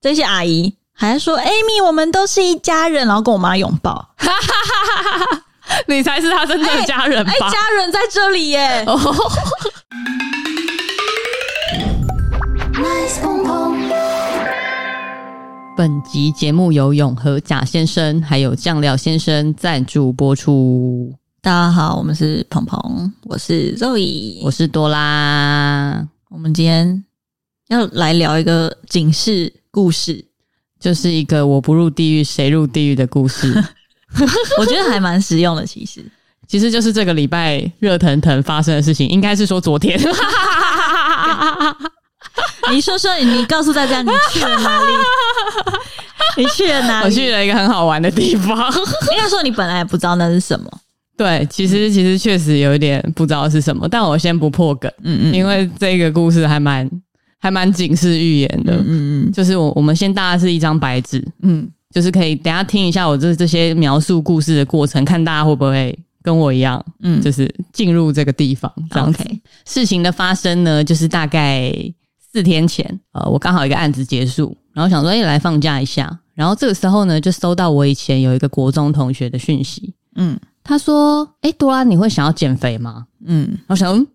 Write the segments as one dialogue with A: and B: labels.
A: 这些阿姨还说：“Amy，我们都是一家人。”然后跟我妈拥 抱。
B: 你才是他真正的家人
A: 哎、
B: 吧？
A: 家人在这里耶！
B: 哦，
C: nice 公公
B: 本集节目由永和贾先生还有酱料先生赞助播出，
A: 大家好，我们是鹏鹏，我是 Zoe，
B: 我是多拉。
A: 我们今天要来聊一个警示故 事，
B: 就是一个我不入地狱谁入地狱的故事，
A: 我觉得还蛮实用的。其实，
B: 其实就是这个礼拜热腾腾发生的事情，应该是说昨天。
A: 你说说，你告诉大家你去了哪里？ 你去了哪里？
B: 我去了一个很 好玩的地方。
A: 应该说你本来也不知道那是什么。
B: 对，其实其实确实有一点不知道是什么，但我先不破梗，
A: 嗯
B: 因为这个故事还蛮还蛮警示预言的。
A: 嗯
B: 就是我我们先大家是一张白纸，
A: 嗯
B: 就是可以等一下听一下我这这些描述故事的过程，看大家会不会跟我一样，
A: 嗯
B: 就是进入这个地方这样子。
A: OK
B: 事情的发生呢，就是大概四天前，呃，我刚好一个案子结束，然后想说，哎、来放假一下。然后这个时候呢，就收到我以前有一个国中同学的讯息，
A: 嗯
B: 他说：“哎、多拉，你会想要减肥吗
A: 嗯？”
B: 我想，嗯，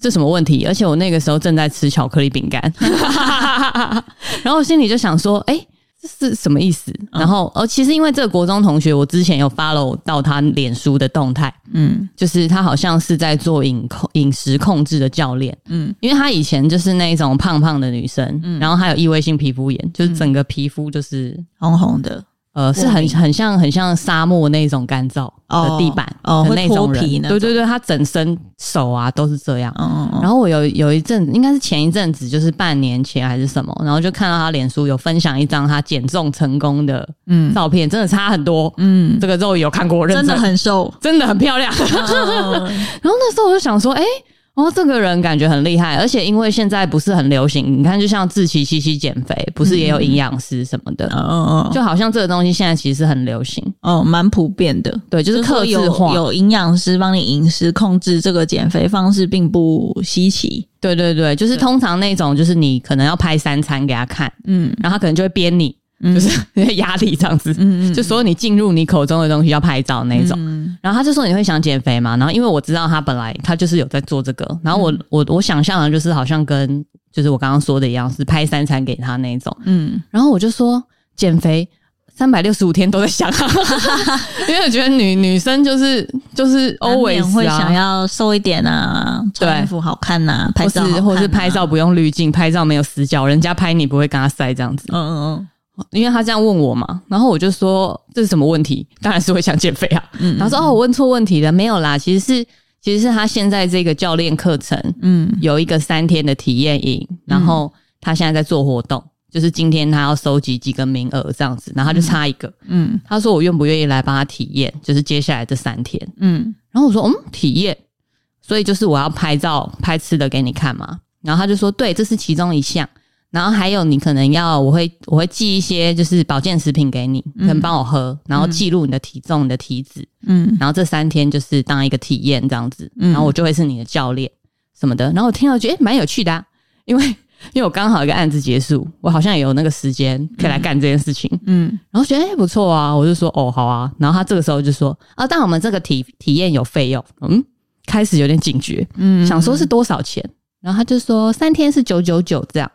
B: 这什么问题？而且我那个时候正在吃巧克力饼干，
A: 嗯
B: 然后我心里就想说，哎、这是什么意思？
A: 嗯
B: 然后，呃，其实因为这个国中同学，我之前有 follow 到他脸书的动态，
A: 嗯
B: 就是他好像是在做饮控饮食控制的教练，
A: 嗯
B: 因为她以前就是那种胖胖的女生，然后还有异位性皮肤炎，就是整个皮肤就是、
A: 红红的
B: 呃是
A: 嗯
B: 很很像很像沙漠那种干燥
A: 哦
B: 的地板
A: 哦
B: 的那种
A: 会脱
B: 人，
A: 皮那种
B: 对对对，她整身手啊都是这样。
A: 嗯嗯
B: 然后我有有一阵，应该是前一阵子，就是半年前还是什么，然后就看到她脸书有分享一张她减重成功的
A: 嗯
B: 照片，真的差很多。
A: 嗯，
B: 这个肉有看过，我认
A: 真的很瘦。
B: 真的很漂亮。 然后那时候我就想说，哎、哦，这个人感觉很厉害，而且因为现在不是很流行，你看，就像志奇七七减肥，不是也有营养师什么的，
A: 哦
B: 就好像这个东西现在其实很流行。
A: 哦，蛮普遍的，
B: 对，就是
A: 说
B: 克制
A: 有
B: 化，
A: 有营养师帮你饮食控制这个减肥方式，并不稀奇。
B: 对对对，就是通常那种，就是你可能要拍三餐给他看，
A: 嗯
B: 然后他可能就会编你，就是 压力这样子，
A: 嗯
B: 就所有你进入你口中的东西要拍照那种。
A: 嗯
B: 然后他就说你会想减肥嘛？然后因为我知道他本来他就是有在做这个，然后
A: 嗯
B: 我、我我想象的就是好像跟就是我刚刚说的一样，是拍三餐给他那一种。
A: 嗯，
B: 然后我就说减肥三百六十五天都在想、啊， 因为我觉得女女生就是就是
A: 难
B: always
A: 免
B: 啊
A: 会想要瘦一点啊，穿
B: 对
A: 衣服好看呐，拍
B: 或
A: 照好
B: 是
A: 看
B: 或是拍
A: 啊，
B: 照不用滤镜，拍照没有死角，人家拍你不会跟他塞这样子。
A: 嗯嗯
B: 因为他这样问我嘛，然后我就说这是什么问题？当然是会想减肥啊。然后说哦，我问错问题了，没有啦，其实是其实是他现在这个教练课程
A: 嗯
B: 有一个三天的体验营，然后他现在在做活动，就是今天他要收集几个名额这样子，然后他就差一个，
A: 嗯
B: 他说我愿不愿意来帮他体验，就是接下来这三天。
A: 嗯
B: 然后我说嗯，体验，所以就是我要拍照拍吃的给你看嘛。然后他就说对，这是其中一项。然后还有你可能要，我会我会寄一些就是保健食品给你，可能帮我喝，然后记录你的体重、你的体脂，
A: 嗯
B: 然后这三天就是当一个体验这样子，
A: 嗯
B: 然后我就会是你的教练什么的。然后我听到觉得诶蛮、有趣的、啊，因为因为我刚好一个案子结束，我好像也有那个时间可以来干这件事情，
A: 嗯
B: 然后觉得诶、不错啊，我就说哦好啊，然后他这个时候就说啊，但我们这个体体验有费用，嗯，开始有点警觉，
A: 嗯
B: 想说是多少钱，然后他就说三天是九九九这样，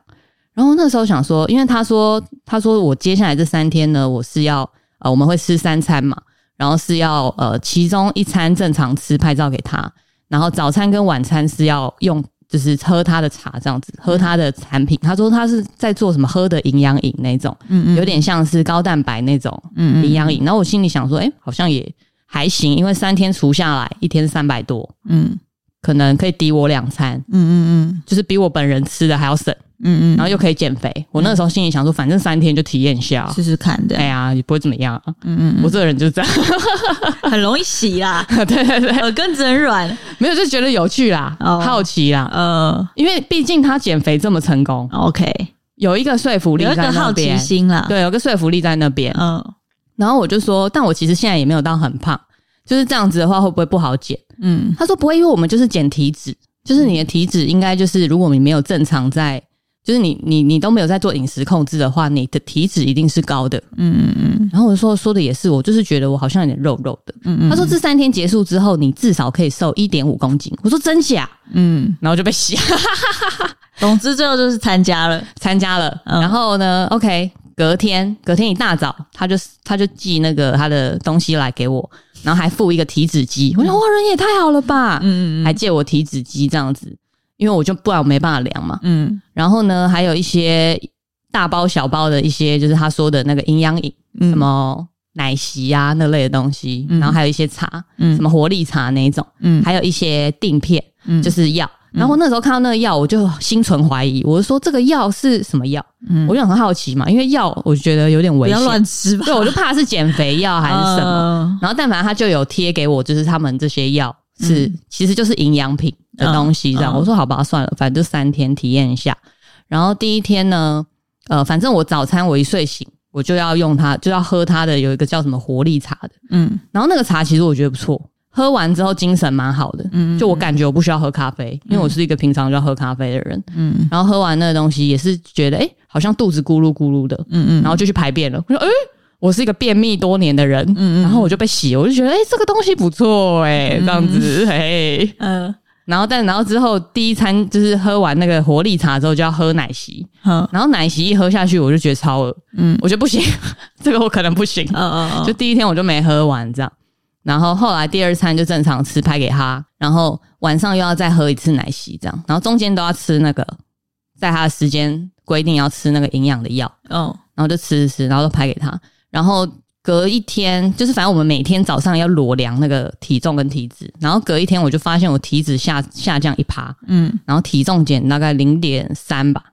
B: 然后那时候想说，因为他说他说我接下来这三天呢，我是要呃我们会吃三餐嘛，然后是要呃其中一餐正常吃拍照给他，然后早餐跟晚餐是要用就是喝他的茶这样子，喝他的产品，他说他是在做什么喝的营养饮那种。
A: 嗯
B: 有点像是高蛋白那种
A: 嗯
B: 营养饮。然后我心里想说，哎、好像也还行，因为三天除下来，一天三百多，
A: 嗯
B: 可能可以抵我两餐，
A: 嗯嗯
B: 就是比我本人吃的还要省，
A: 嗯嗯
B: 然后又可以减肥。我那时候心里想说，反正三天就体验一下
A: 嗯，，试试看的
B: 哎，呀，也不会怎么样啊。
A: 嗯
B: 我这个人就是这样，
A: 很容易洗啦，
B: 对对对，
A: 耳根子很软，
B: 没有就觉得有趣啦，
A: 哦
B: 好奇啦，
A: 呃
B: 因为毕竟他减肥这么成功，
A: ，OK，
B: 有一个说服力
A: 有一
B: 在
A: 个
B: 那
A: 好奇
B: 边，
A: 心啦，，
B: 对，有个说服力在那边。
A: 嗯
B: 然后我就说，但我其实现在也没有到很胖，就是这样子的话会不会不好减？
A: 嗯
B: 他说不会，因为我们就是减体脂，就是你的体脂应该就是如果你没有正常在就是你你你都没有在做饮食控制的话，你的体脂一定是高的。
D: 嗯嗯
B: 然后我说说的也是，我就是觉得我好像有点肉肉的。
D: 嗯嗯
B: 他说这三天结束之后，你至少可以瘦一点五公斤。我说真假？
D: 嗯，
B: 然后就被洗
A: 总之最后就是参加了，
B: 参加了。
A: 嗯
B: 然后呢，OK，隔天隔天一大早，他就他就寄那个他的东西来给我，然后还附一个体脂机。我想哇，人也太好了吧！
D: 嗯嗯
B: 还借我体脂机这样子，因为我就不然我没办法量嘛。
D: 嗯
B: 然后呢，还有一些大包小包的一些，就是他说的那个营养饮，
D: 嗯
B: 什么奶昔啊那类的东西，
D: 嗯
B: 然后还有一些茶，
D: 嗯
B: 什么活力茶那一种，
D: 嗯，
B: 还有一些锭片，
D: 嗯
B: 就是药。然后我那时候看到那个药，我就心存怀疑，我就说这个药是什么药？
D: 嗯
B: 我就很好奇嘛，因为药我觉得有点
A: 不
B: 危
A: 要
B: 险，
A: 乱吃吧。呃
B: 对，我就怕是减肥药还是什么。
D: 么？
B: 然后但凡他就有贴给我，就是他们这些药是、其实就是营养品的东西，这样、
A: 嗯嗯
B: 我说好吧，算了，反正就三天体验一下。然后第一天呢，呃，反正我早餐我一睡醒，我就要用它，就要喝它的有一个叫什么活力茶的，
D: 嗯
B: 然后那个茶其实我觉得不错，喝完之后精神蛮好的，
D: 嗯
B: 就我感觉我不需要喝咖啡，因为我是一个平常就要喝咖啡的人。
D: 嗯
B: 然后喝完那个东西也是觉得，哎、好像肚子咕噜咕噜的，
D: 嗯嗯，
B: 然后就去排便了。我说，哎、我是一个便秘多年的人，
D: 嗯嗯
B: 然后我就被洗，我就觉得，哎、这个东西不错、哎，这样子，嘿、
A: 嗯，
B: 然后但然后之后第一餐就是喝完那个活力茶之后就要喝奶昔，
A: 嗯
D: 好，
A: 呃
B: 然后奶昔一喝下去我就觉得超恶，
D: 嗯
B: 我觉得不行， 这个我可能不行，
A: 嗯嗯
B: 就第一天我就没喝完这样，然后后来第二餐就正常吃拍给他，然后晚上又要再喝一次奶昔这样，然后中间都要吃那个，在他的时间规定要吃那个营养的药，
A: 哦，
B: 然后就吃吃吃，然后都拍给他，然后隔一天就是反正我们每天早上要裸量那个体重跟体脂，然后隔一天我就发现我体脂下下降一趴，
D: 嗯
B: 然后体重减大概零点三吧，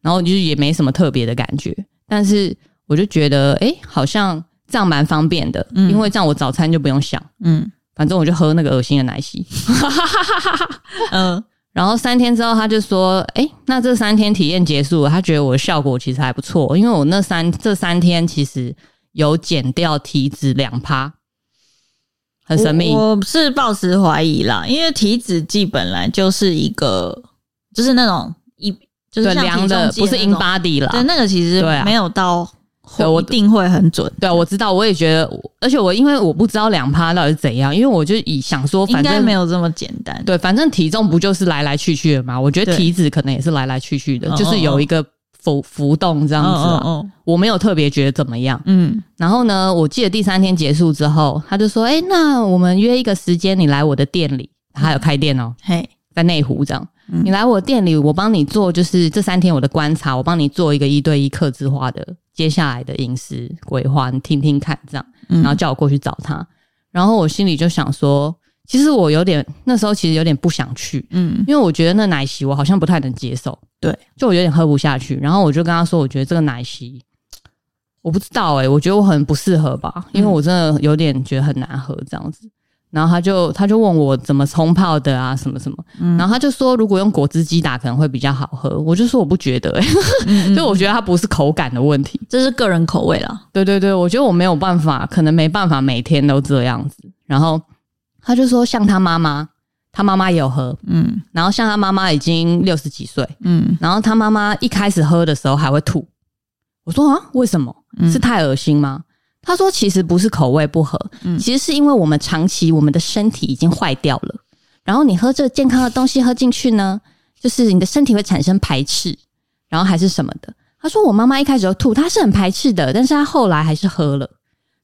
B: 然后就是也没什么特别的感觉，但是我就觉得诶，好像这样蛮方便的，
D: 嗯
B: 因为这样我早餐就不用想，
D: 嗯
B: 反正我就喝那个恶心的奶昔。
A: 嗯，
B: 然后三天之后，他就说：“诶，那这三天体验结束了，他觉得我的效果其实还不错，因为我那三这三天其实有减掉体脂两趴，很神秘。
A: 哦我我是抱持怀疑啦，因为体脂计本来就是一个，就是那种一就是
B: 对，
A: 像
B: 量
A: 体重
B: 的
A: 计
B: 不是
A: 那种
B: in body 啦，
A: 对，那个其实
B: 对啊
A: 没有到
B: 对我
A: 一定会很准，
B: 对，我知道，我也觉得，而且我因为我不知道两趴到底是怎样，因为我就以想说，
A: 应
B: 反
A: 该
B: 正
A: 没有这么简单。
B: 对，反正体重不就是来来去去的嘛？我觉得
A: 对
B: 体脂可能也是来来去去的，
A: 嗯
B: 就是有一个浮浮动这样子、啊。
A: 哦
B: 我没有特别觉得怎么样。
D: 嗯
B: 然后呢，我记得第三天结束之后，他就说：“哎、那我们约一个时间，你来我的店里，他还有开店哦，
A: 嘿，
B: 在内湖这样。
D: 嗯
B: 你来我店里，我帮你做，就是这三天我的观察，我帮你做一个一对一客制化的接下来的饮食规划，你听听看这样。”
D: 嗯，
B: 然后叫我过去找他。然后我心里就想说，其实我有点那时候其实有点不想去，
D: 嗯
B: 因为我觉得那奶昔我好像不太能接受，
D: 对，
B: 就我有点喝不下去。然后我就跟他说，我觉得这个奶昔我不知道诶、欸我觉得我很不适合吧，
D: 嗯
B: 因为我真的有点觉得很难喝这样子。然后他就他就问我怎么冲泡的啊，什么什么，
D: 嗯
B: 然后他就说如果用果汁机打可能会比较好喝，我就说我不觉得、欸，
D: 嗯
B: 就我觉得它不是口感的问题，
A: 这是个人口味啦。
B: 对对对，我觉得我没有办法，可能没办法每天都这样子。然后他就说，像他妈妈，他妈妈也有喝，
D: 嗯
B: 然后像他妈妈已经六十几岁，
D: 嗯
B: 然后他妈妈一开始喝的时候还会吐。我说啊，为什么？
D: 嗯
B: 是太恶心吗？他说其实不是口味不合，
D: 嗯
B: 其实是因为我们长期我们的身体已经坏掉了，然后你喝这健康的东西喝进去呢，就是你的身体会产生排斥，然后还是什么的。他说我妈妈一开始就吐，她是很排斥的，但是她后来还是喝了，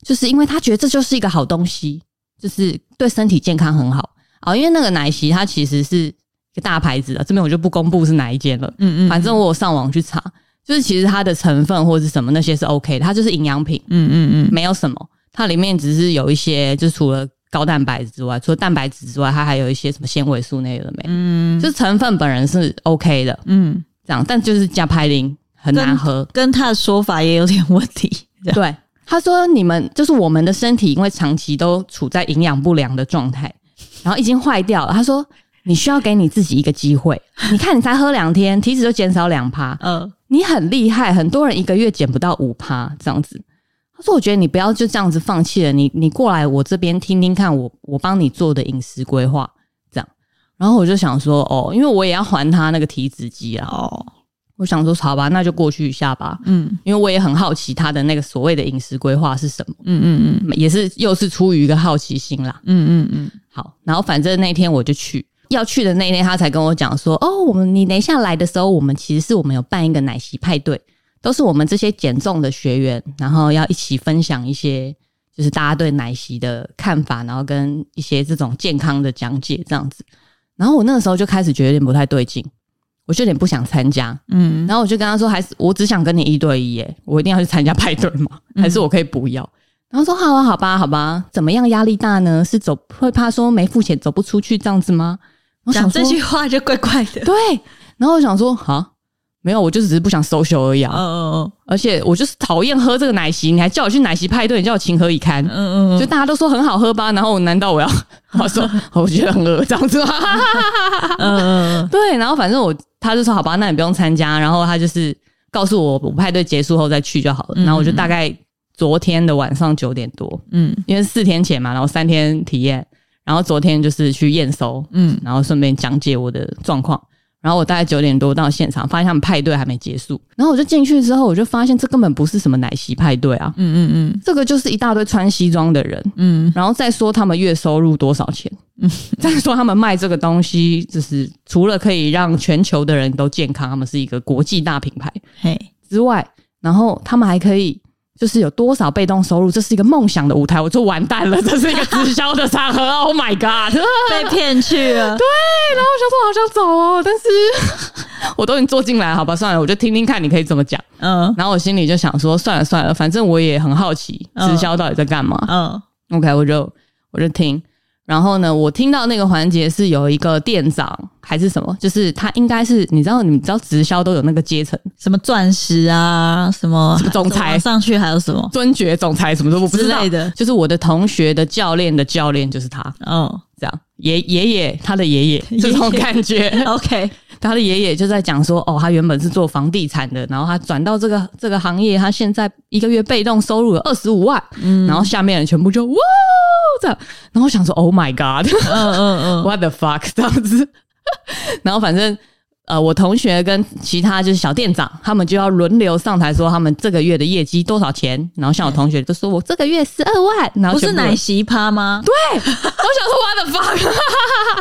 B: 就是因为她觉得这就是一个好东西，就是对身体健康很好啊、哦。因为那个奶昔它其实是一个大牌子的，啊这边我就不公布是哪一间了，
D: 嗯嗯，
B: 反正我有上网去查，就是其实它的成分或是什么那些是 OK 的，它就是营养品，
D: 嗯嗯嗯
B: 没有什么，它里面只是有一些，就是除了高蛋白之外，除了蛋白质之外，它还有一些什么纤维素那类的没，
D: 嗯
B: 就是成分本人是 OK 的，
D: 嗯
B: 这样，但就是加拍林很难喝。
A: 跟他的说法也有点问题。这样
B: 对，他说你们就是我们的身体，因为长期都处在营养不良的状态，然后已经坏掉了。他说你需要给你自己一个机会，你看你才喝两天，体脂就减少两趴，
A: 嗯，
B: 你很厉害，很多人一个月减不到五趴这样子。他说：“我觉得你不要就这样子放弃了，你你过来我这边听听看我，我帮你做的饮食规划这样。”然后我就想说：“哦，因为我也要还他那个体脂机啊。
A: 哦，”
B: 我我想说好吧，那就过去一下吧，
A: 嗯
B: 因为我也很好奇他的那个所谓的饮食规划是什么，
A: 嗯嗯
B: 也是又是出于一个好奇心啦。
A: 嗯嗯嗯
B: 好，然后反正那天我就去，要去的那一天他才跟我讲说，哦，我们你等一下来的时候，我们其实是我们有办一个奶昔派对，都是我们这些减重的学员，然后要一起分享一些就是大家对奶昔的看法，然后跟一些这种健康的讲解这样子。然后我那个时候就开始觉得有点不太对劲，我就有点不想参加。
A: 嗯
B: 然后我就跟他说，还是我只想跟你一对一耶，我一定要去参加派对嘛，
A: 嗯
B: 还是我可以不要？然后说好啊，好吧，好吧，怎么样压力大呢？是走会怕说没付钱走不出去这样子吗？
A: 嗯，
B: 我
A: 讲
B: 想说
A: 这句话就怪怪的。
B: 对，然后我想说啊，没有，我就只是不想 social 而已啊，
A: 哦
B: 而且我就是讨厌喝这个奶昔，你还叫我去奶昔派对，你叫我情何以堪？
A: 嗯嗯
B: 就大家都说很好喝吧，然后我难道我要 我说我觉得很饿这样子吗？
A: 嗯嗯
B: 对，然后反正我他就说好吧，那你不用参加，然后他就是告诉我我派对结束后再去就好了。
A: 嗯
B: 然后我就大概昨天的晚上九点多，
A: 嗯
B: 因为四天前嘛，然后三天体验，然后昨天就是去验收，
A: 嗯
B: 然后顺便讲解我的状况。然后我大概九点多到现场，发现他们派对还没结束。然后我就进去之后，我就发现这根本不是什么奶昔派对啊，
A: 嗯嗯
B: 这个就是一大堆穿西装的人，
A: 嗯
B: 然后再说他们月收入多少钱，再说他们卖这个东西，就是除了可以让全球的人都健康，他们是一个国际大品牌
A: 嘿，
B: 之外，然后他们还可以就是有多少被动收入，这是一个梦想的舞台，我就完蛋了，这是一个直销的场合，Oh my god！
A: 被骗去了。对，
B: 然后我想说好想走哦，但是我都已经坐进来，好吧，算了，我就听听看你可以怎么讲。
A: 嗯
B: 然后我心里就想说，算了算了，反正我也很好奇直销到底在干嘛。
A: 嗯
B: OK，我就我就听。然后呢，我听到那个环节是有一个店长还是什么，就是他应该是你知道，你们知道直销都有那个阶层，
A: 什么钻石啊，什么
B: 什么总裁
A: 什么上去还有什么？
B: 尊爵总裁什么都我不知道
A: 之类的
B: 就是我的同学的教练的教练就是他，
A: 哦
B: 这样爷爷爷他的爷爷这种感 觉，
A: ，OK，
B: 他的爷爷就在讲说，哦，他原本是做房地产的，然后他转到这个这个行业，他现在一个月被动收入有二十五万，然后下面人全部就哇这样，然后我想说，Oh my God。
A: 嗯嗯嗯
B: What the fuck 这样子。 然后反正呃，我同学跟其他就是小店长，他们就要轮流上台说他们这个月的业绩多少钱。然后像我同学就说我这个月十二万，然后
A: 不是奶昔趴吗？对，
B: 我想说 What the fuck，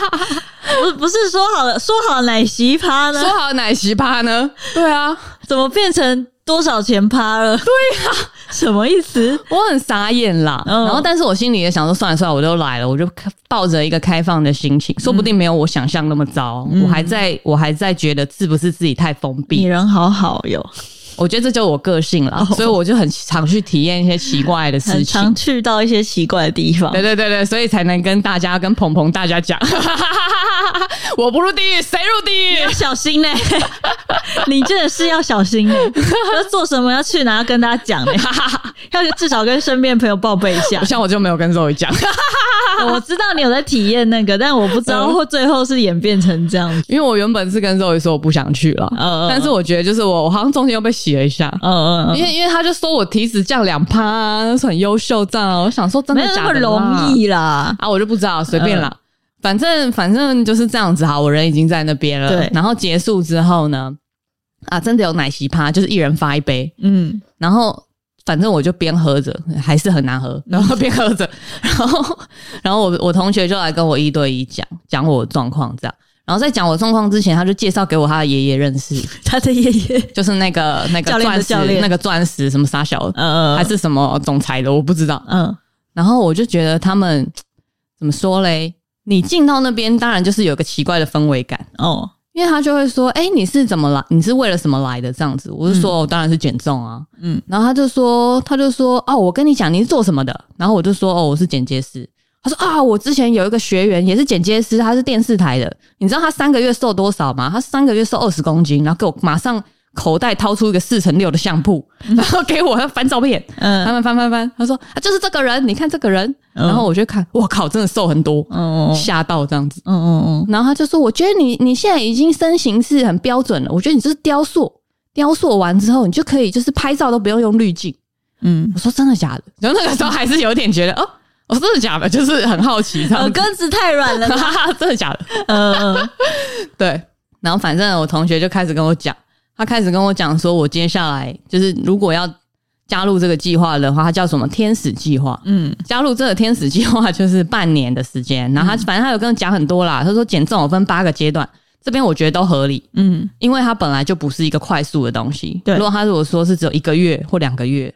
A: 不不是说好了说好奶昔趴呢
B: 说，好的奶昔趴呢？对啊，
A: 怎么变成多少钱趴了？对呀，什么意思？
B: 我很傻眼啦。
A: 嗯
B: 然后但是我心里也想说算了算了，我都来了，我就抱着一个开放的心情，
A: 嗯
B: 说不定没有我想象那么糟。我还在我还在觉得是不是自己太封闭
A: 你人好好哟，
B: 我觉得这就是我个性啦，所以我就很常去体验一些奇怪的事
A: 哦很
B: 情
A: 常。去到一些奇怪的地方
B: 对。对对对，所以才能跟大家、跟鹏鹏大家讲， 我不入地狱，谁入地狱
A: 要？小心呢、欸你真的是要小心呢、要做什么要去哪要跟大家讲呢、 要至少跟身边朋友报备一 下。
B: 像我就没有跟肉宇讲，
A: 我知道你有在体验那个，但我不知道会最后是演变成这样子。
B: 因为我原本是跟肉宇说我不想去了，
A: 嗯嗯
B: 但是我觉得就是我，我好像中间又被洗了一下，
A: 嗯嗯
B: 因为因为他就说我体脂降两趴、啊，是很优秀这样，我想说真
A: 没
B: 的
A: 有那
B: 假
A: 么
B: 的啦
A: 容易啦。
B: 啊，我就不知道，随便啦。
A: 嗯
B: 反正反正就是这样子哈，我人已经在那边了。
A: 对
B: 然后结束之后呢，啊，真的有奶昔趴，就是一人发一杯，
A: 嗯，
B: 然后反正我就边喝着，还是很难
A: 嗯
B: 喝，然后边喝着， 然后然后我我同学就来跟我一对一讲讲我的状况这样。然后在讲我状况之前，他就介绍给我他的爷爷认识，
A: 他的爷爷，
B: 就是那个那个
A: 教练
B: 钻
A: 的
B: 石
A: 教练
B: 那个钻石什么傻小的，
A: 嗯
B: 还是什么总裁的，我不知道。
A: 嗯
B: 然后我就觉得他们怎么说嘞？你进到那边，当然就是有个奇怪的氛围感，
A: 哦
B: 因为他就会说：“哎、你是怎么来？你是为了什么来的？”这样子，我就说：“我、当然是减重啊。”
A: 嗯
B: 嗯，然后他就说：“他就说哦，我跟你讲，你是做什么的？”然后我就说：“哦，我是剪接师。”他说：“啊，我之前有一个学员也是剪接师，他是电视台的。你知道他三个月瘦多少吗？他三个月瘦二十公斤，然后给我马上口袋掏出一个四乘六的相簿，然后给我他翻照片。”他
A: 嗯
B: 们翻翻翻，他说啊，就是这个人，你看这个人，
A: 嗯
B: 然后我就看，我靠，真的瘦很多，
A: 嗯
B: 吓到这样子。
A: 嗯嗯
B: 然后他就说，我觉得你你现在已经身形是很标准了，我觉得你就是雕塑，雕塑完之后，你就可以就是拍照都不用用滤镜。
A: 嗯
B: 我说真的假的？ 然后那个时候还是有点觉得哦，我、说真的假的，就是很好奇这
A: 耳
B: 样子，
A: 呃根子太软了
B: 哈。哈哈，真的假的？
A: 嗯
B: 对。然后反正我同学就开始跟我讲，他开始跟我讲说，我接下来就是如果要加入这个计划的话，它叫什么天使计划。
A: 嗯，
B: 加入这个天使计划就是半年的时间，然后他
A: 嗯
B: 反正他有跟我讲很多啦。他说减重有分八个阶段，这边我觉得都合理，
A: 嗯，
B: 因为它本来就不是一个快速的东西。
A: 对
B: 如果他如果说是只有一个月或两个月，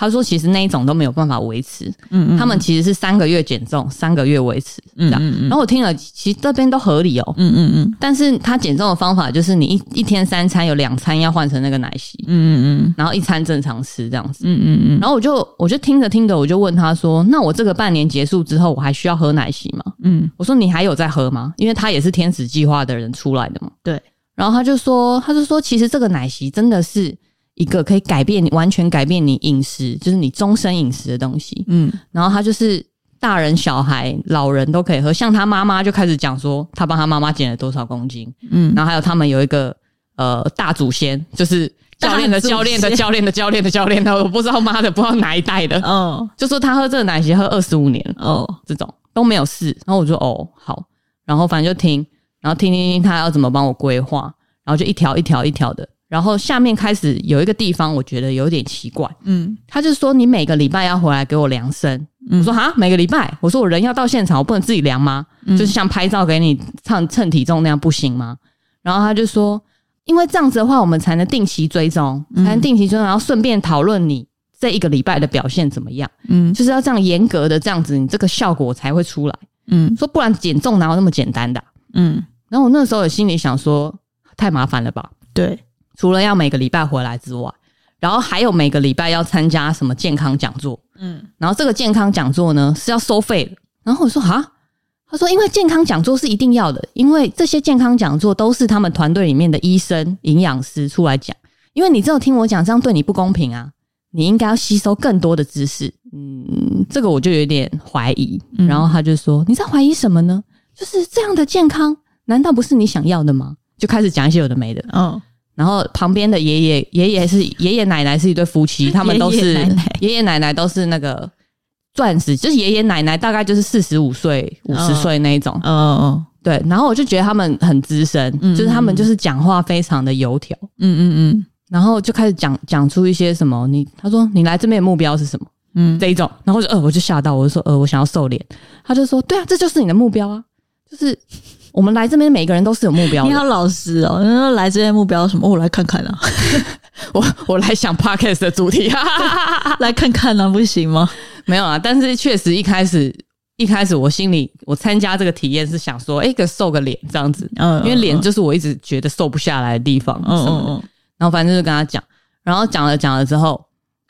B: 他说其实那一种都没有办法维持。
A: 嗯
B: 他们其实是三个月减重，三个月维持这
A: 嗯
B: 样。
A: 嗯
B: 然后我听了，其实这边都合理哦。
A: 嗯嗯嗯
B: 但是他减重的方法就是你一一天三餐有两餐要换成那个奶昔，
A: 嗯嗯
B: 然后一餐正常吃这样子。
A: 嗯嗯嗯
B: 然后我就我就听着听着，我就问他说：“那我这个半年结束之后，我还需要喝奶昔吗
A: 嗯，？”
B: 我说：“你还有在喝吗？”因为他也是天使计划的人出来的嘛。
A: 对。
B: 然后他就说：“他就说，其实这个奶昔真的是一个可以改变你完全改变你饮食，就是你终身饮食的东西。
A: 嗯
B: 然后他就是大人、小孩、老人都可以喝。像他妈妈就开始讲说，他帮他妈妈减了多少公斤，
A: 嗯，
B: 然后还有他们有一个呃大祖先，就是教练的
A: 大祖先
B: 教练的教练的教练的教练的，我不知道妈的不知道哪一代的，
A: 哦
B: 就说他喝这个奶昔喝二十五年了
A: 哦，
B: 这种都没有事。然后我就哦好，然后反正就听，然后听听听他要怎么帮我规划，然后就一条一条一条的。然后下面开始有一个地方，我觉得有点奇怪，
A: 嗯
B: 他就说你每个礼拜要回来给我量身。
A: 嗯
B: 我说哈，每个礼拜，我说我人要到现场，我不能自己量吗？
A: 嗯
B: 就是像拍照给你称称体重那样不行吗？然后他就说，因为这样子的话，我们才能定期追踪，才能定期追踪，然后顺便讨论你这一个礼拜的表现怎么样，
A: 嗯
B: 就是要这样严格的这样子，你这个效果才会出来。
A: 嗯
B: 说不然减重哪有那么简单的啊、
A: 嗯，
B: 然后我那时候也心里想说，太麻烦了吧，
A: 对，
B: 除了要每个礼拜回来之外，然后还有每个礼拜要参加什么健康讲座，
A: 嗯
B: 然后这个健康讲座呢是要收费的。然后我说啊，他说因为健康讲座是一定要的，因为这些健康讲座都是他们团队里面的医生、营养师出来讲，因为你只有听我讲，这样对你不公平啊。你应该要吸收更多的知识，嗯，这个我就有点怀疑。
A: 嗯
B: 然后他就说：“你在怀疑什么呢？就是这样的健康，难道不是你想要的吗？”就开始讲一些有的没的。
A: 哦，
B: 然后旁边的爷爷爷爷是爷爷奶奶是一对 夫妻，他们都
A: 爷
B: 是
A: 爷奶奶
B: 爷爷奶奶都是那个钻石，就是爷爷奶奶大概就是四十五岁、五十
A: 嗯
B: 岁那一种。
A: 哦哦，
B: 对，然后我就觉得他们很资深，
A: 嗯
B: 就是他们就是讲话非常的油条，
A: 嗯嗯
B: 然后就开始讲讲出一些什么，你他说你来这边的目标是什么
A: 嗯嗯，
B: 这一种，然后我就呃我就吓到，我就说呃我想要瘦脸，他就说对啊，这就是你的目标啊，就是我们来这边每个人都是有目标的
A: 你，好老实哦，那来这些目标什么？我来看看 啊，
B: 我我来想 podcast 的主题，哈啊哈哈哈。
A: 来看看啊，不行吗？
B: 没有啊，但是确实一开始一开始我心里我参加这个体验是想说，哎、个瘦个脸这样子，
A: 嗯，
B: 因为脸就是我一直觉得瘦不下来的地方，
A: 嗯，
B: 嗯嗯
A: 嗯嗯
B: 然后反正就跟他讲，然后讲了讲了之后，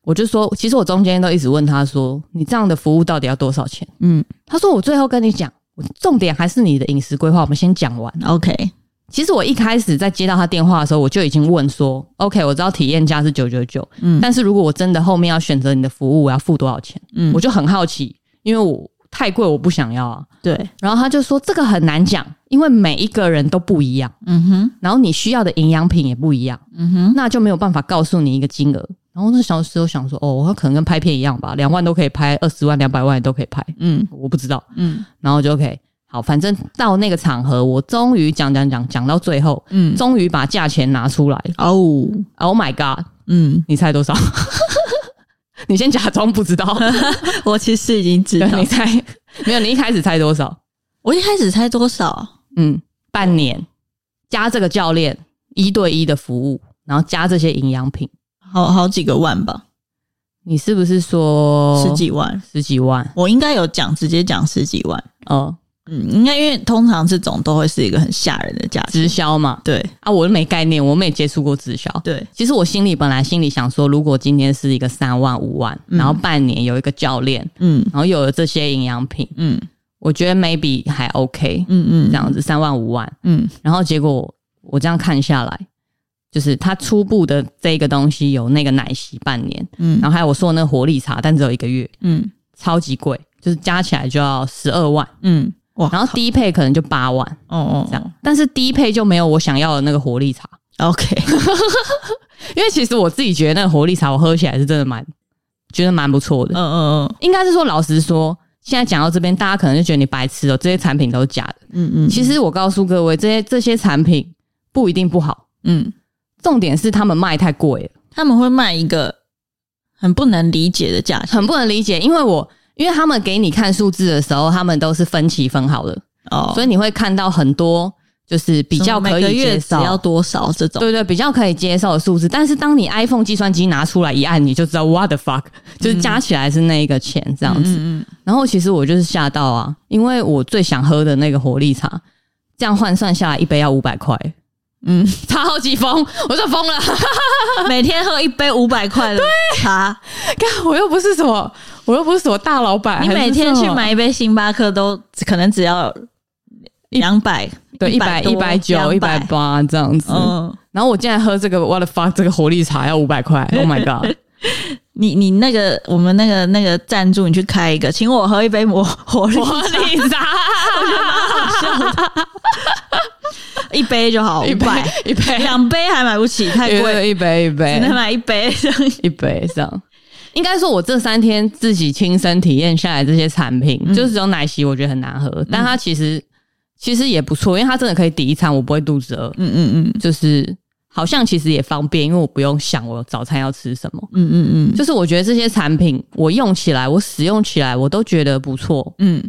B: 我就说，其实我中间都一直问他说，你这样的服务到底要多少钱？
A: 嗯
B: 他说我最后跟你讲，我重点还是你的饮食规划，我们先讲完。
A: 嗯，OK，
B: 其实我一开始在接到他电话的时候，我就已经问说，OK，我知道体验价是九九九，
A: 嗯
B: 但是如果我真的后面要选择你的服务，我要付多少钱？
A: 嗯，
B: 我就很好奇，因为我太贵，我不想要啊。
A: 对，
B: 然后他就说这个很难讲，因为每一个人都不一样，
A: 嗯哼，
B: 然后你需要的营养品也不一样，
A: 嗯哼，
B: 那就没有办法告诉你一个金额。然后那小时候想说，哦，我可能跟拍片一样吧，两万都可以拍，二十万、两百万也都可以拍，
A: 嗯
B: 我不知道。
A: 嗯
B: 然后就 OK，好，反正到那个场合，我终于讲讲讲讲到最后，
A: 嗯，
B: 终于把价钱拿出来。
A: 哦，
B: Oh my god！
A: 嗯，
B: 你猜多少？ 你先假装不知道，
A: 我其实已经知道
B: 对，你，猜没有？你一开始猜多少？
A: 我一开始猜多少啊？
B: 嗯，半年加这个教练一对一的服务，然后加这些营养品，
A: 好好几个万吧，
B: 你是不是说
A: 十几万。
B: 十几万？
A: 我应该有讲，直接讲十几万。
B: 哦，
A: 嗯，应该因为通常这种都会是一个很吓人的价值。
B: 直销嘛？
A: 对
B: 啊，我没概念，我没接触过直销。
A: 对，
B: 其实我心里本来心里想说，如果今天是一个三万五万，
A: 嗯
B: 然后半年有一个教练，
A: 嗯
B: 然后又有这些营养品，
A: 嗯
B: 我觉得 maybe 还 OK，
A: 嗯嗯，
B: 这样子三万五万，
A: 嗯
B: 然后结果我这样看下来，就是他初步的这个东西有那个奶昔半年，
A: 嗯
B: 然后还有我说的那个活力茶，但只有一个月，
A: 嗯
B: 超级贵，就是加起来就要十二万，
A: 嗯，哇，
B: 然后低配可能就八万
A: 哦哦
B: 这样，
A: 哦
B: 但是低配就没有我想要的那个活力茶，
A: ，OK，
B: 因为其实我自己觉得那个活力茶我喝起来是真的蛮觉得蛮不错
A: 嗯
B: 的，
A: 嗯
B: 应该是说老实说。现在讲到这边，大家可能就觉得你白痴哦、这些产品都是假的。
A: 嗯嗯嗯，
B: 其实我告诉各位，这些这些产品不一定不好，
A: 嗯
B: 重点是他们卖太贵了，
A: 他们会卖一个很不能理解的价钱
B: 很不能理解。因为我因为他们给你看数字的时候，他们都是分期分好的，
A: 哦，
B: 所以你会看到很多就是比
A: 比
B: 较可
A: 每个
B: 以
A: 月
B: 接
A: 只要
B: 受。
A: 多少这种，
B: 对对，比较可以接受的数字，但是当你 iPhone 计算机拿出来一按，你就知道 what the fuck，就是加起来是那一个钱这样子。
A: 嗯嗯
B: 然后其实我就是吓到啊，因为我最想喝的那个活力茶，这样换算下来一杯要五百块，
A: 嗯，
B: 超级疯，我就疯 了。
A: 嗯每天喝一杯五百块的茶，
B: 看我又不是什么，我又不是什么大老板，
A: 你
B: 还是
A: 每天
B: 什
A: 去
B: 么
A: 买一杯星巴克都可能只要两百，
B: 对一百
A: 100
B: 一
A: 多
B: 百九一百，八这样子。
A: 嗯，
B: 然后我竟然喝这个 what the fuck 这个活力茶要五百块，Oh my god！
A: 你你那个我们那个那个赞助，你去开一个，请我喝一杯魔活力
B: 活力茶
A: 一杯就好，
B: 一
A: 五
B: 杯
A: 百，
B: 一杯
A: 两杯还买不起，太
B: 一
A: 贵，
B: 杯一杯一
A: 只
B: 杯
A: 能买一杯。
B: 一杯这样。应该说，我这三天自己亲身体验下来，这些产品、就是只有奶昔，我觉得很难喝，但它其实其实也不错，因为它真的可以抵一餐，我不会肚子饿。
A: 嗯嗯嗯
B: 就是好像其实也方便，因为我不用想我早餐要吃什么。
A: 嗯嗯嗯
B: 就是我觉得这些产品我用起来，我使用起来，我都觉得不错，
A: 嗯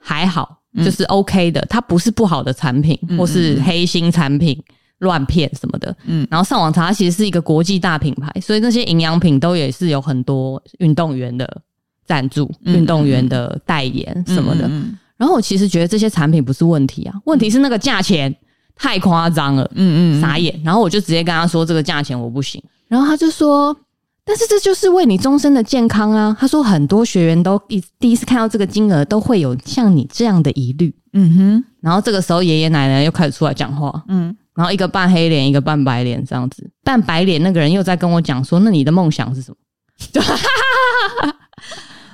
B: 还好，就是 OK 的。它不是不好的产品，或是黑心产品、乱骗什么的。
A: 嗯
B: 然后上网查，它其实是一个国际大品牌，所以那些营养品都也是有很多运动员的赞助、
A: 嗯
B: 运动员的代言什么的。
A: 嗯
B: 然后我其实觉得这些产品不是问题啊，问题是那个价钱太夸张了。
A: 嗯
B: 傻眼。然后我就直接跟他说这个价钱我不行，然后他就说。但是这就是为你终身的健康啊！他说，很多学员都一第一次看到这个金额，都会有像你这样的疑虑。
A: 嗯哼
B: 然后这个时候，爷爷奶奶又开始出来讲话，
A: 嗯
B: 然后一个扮黑脸，一个扮白脸这样子。扮白脸那个人又在跟我讲说：“那你的梦想是什么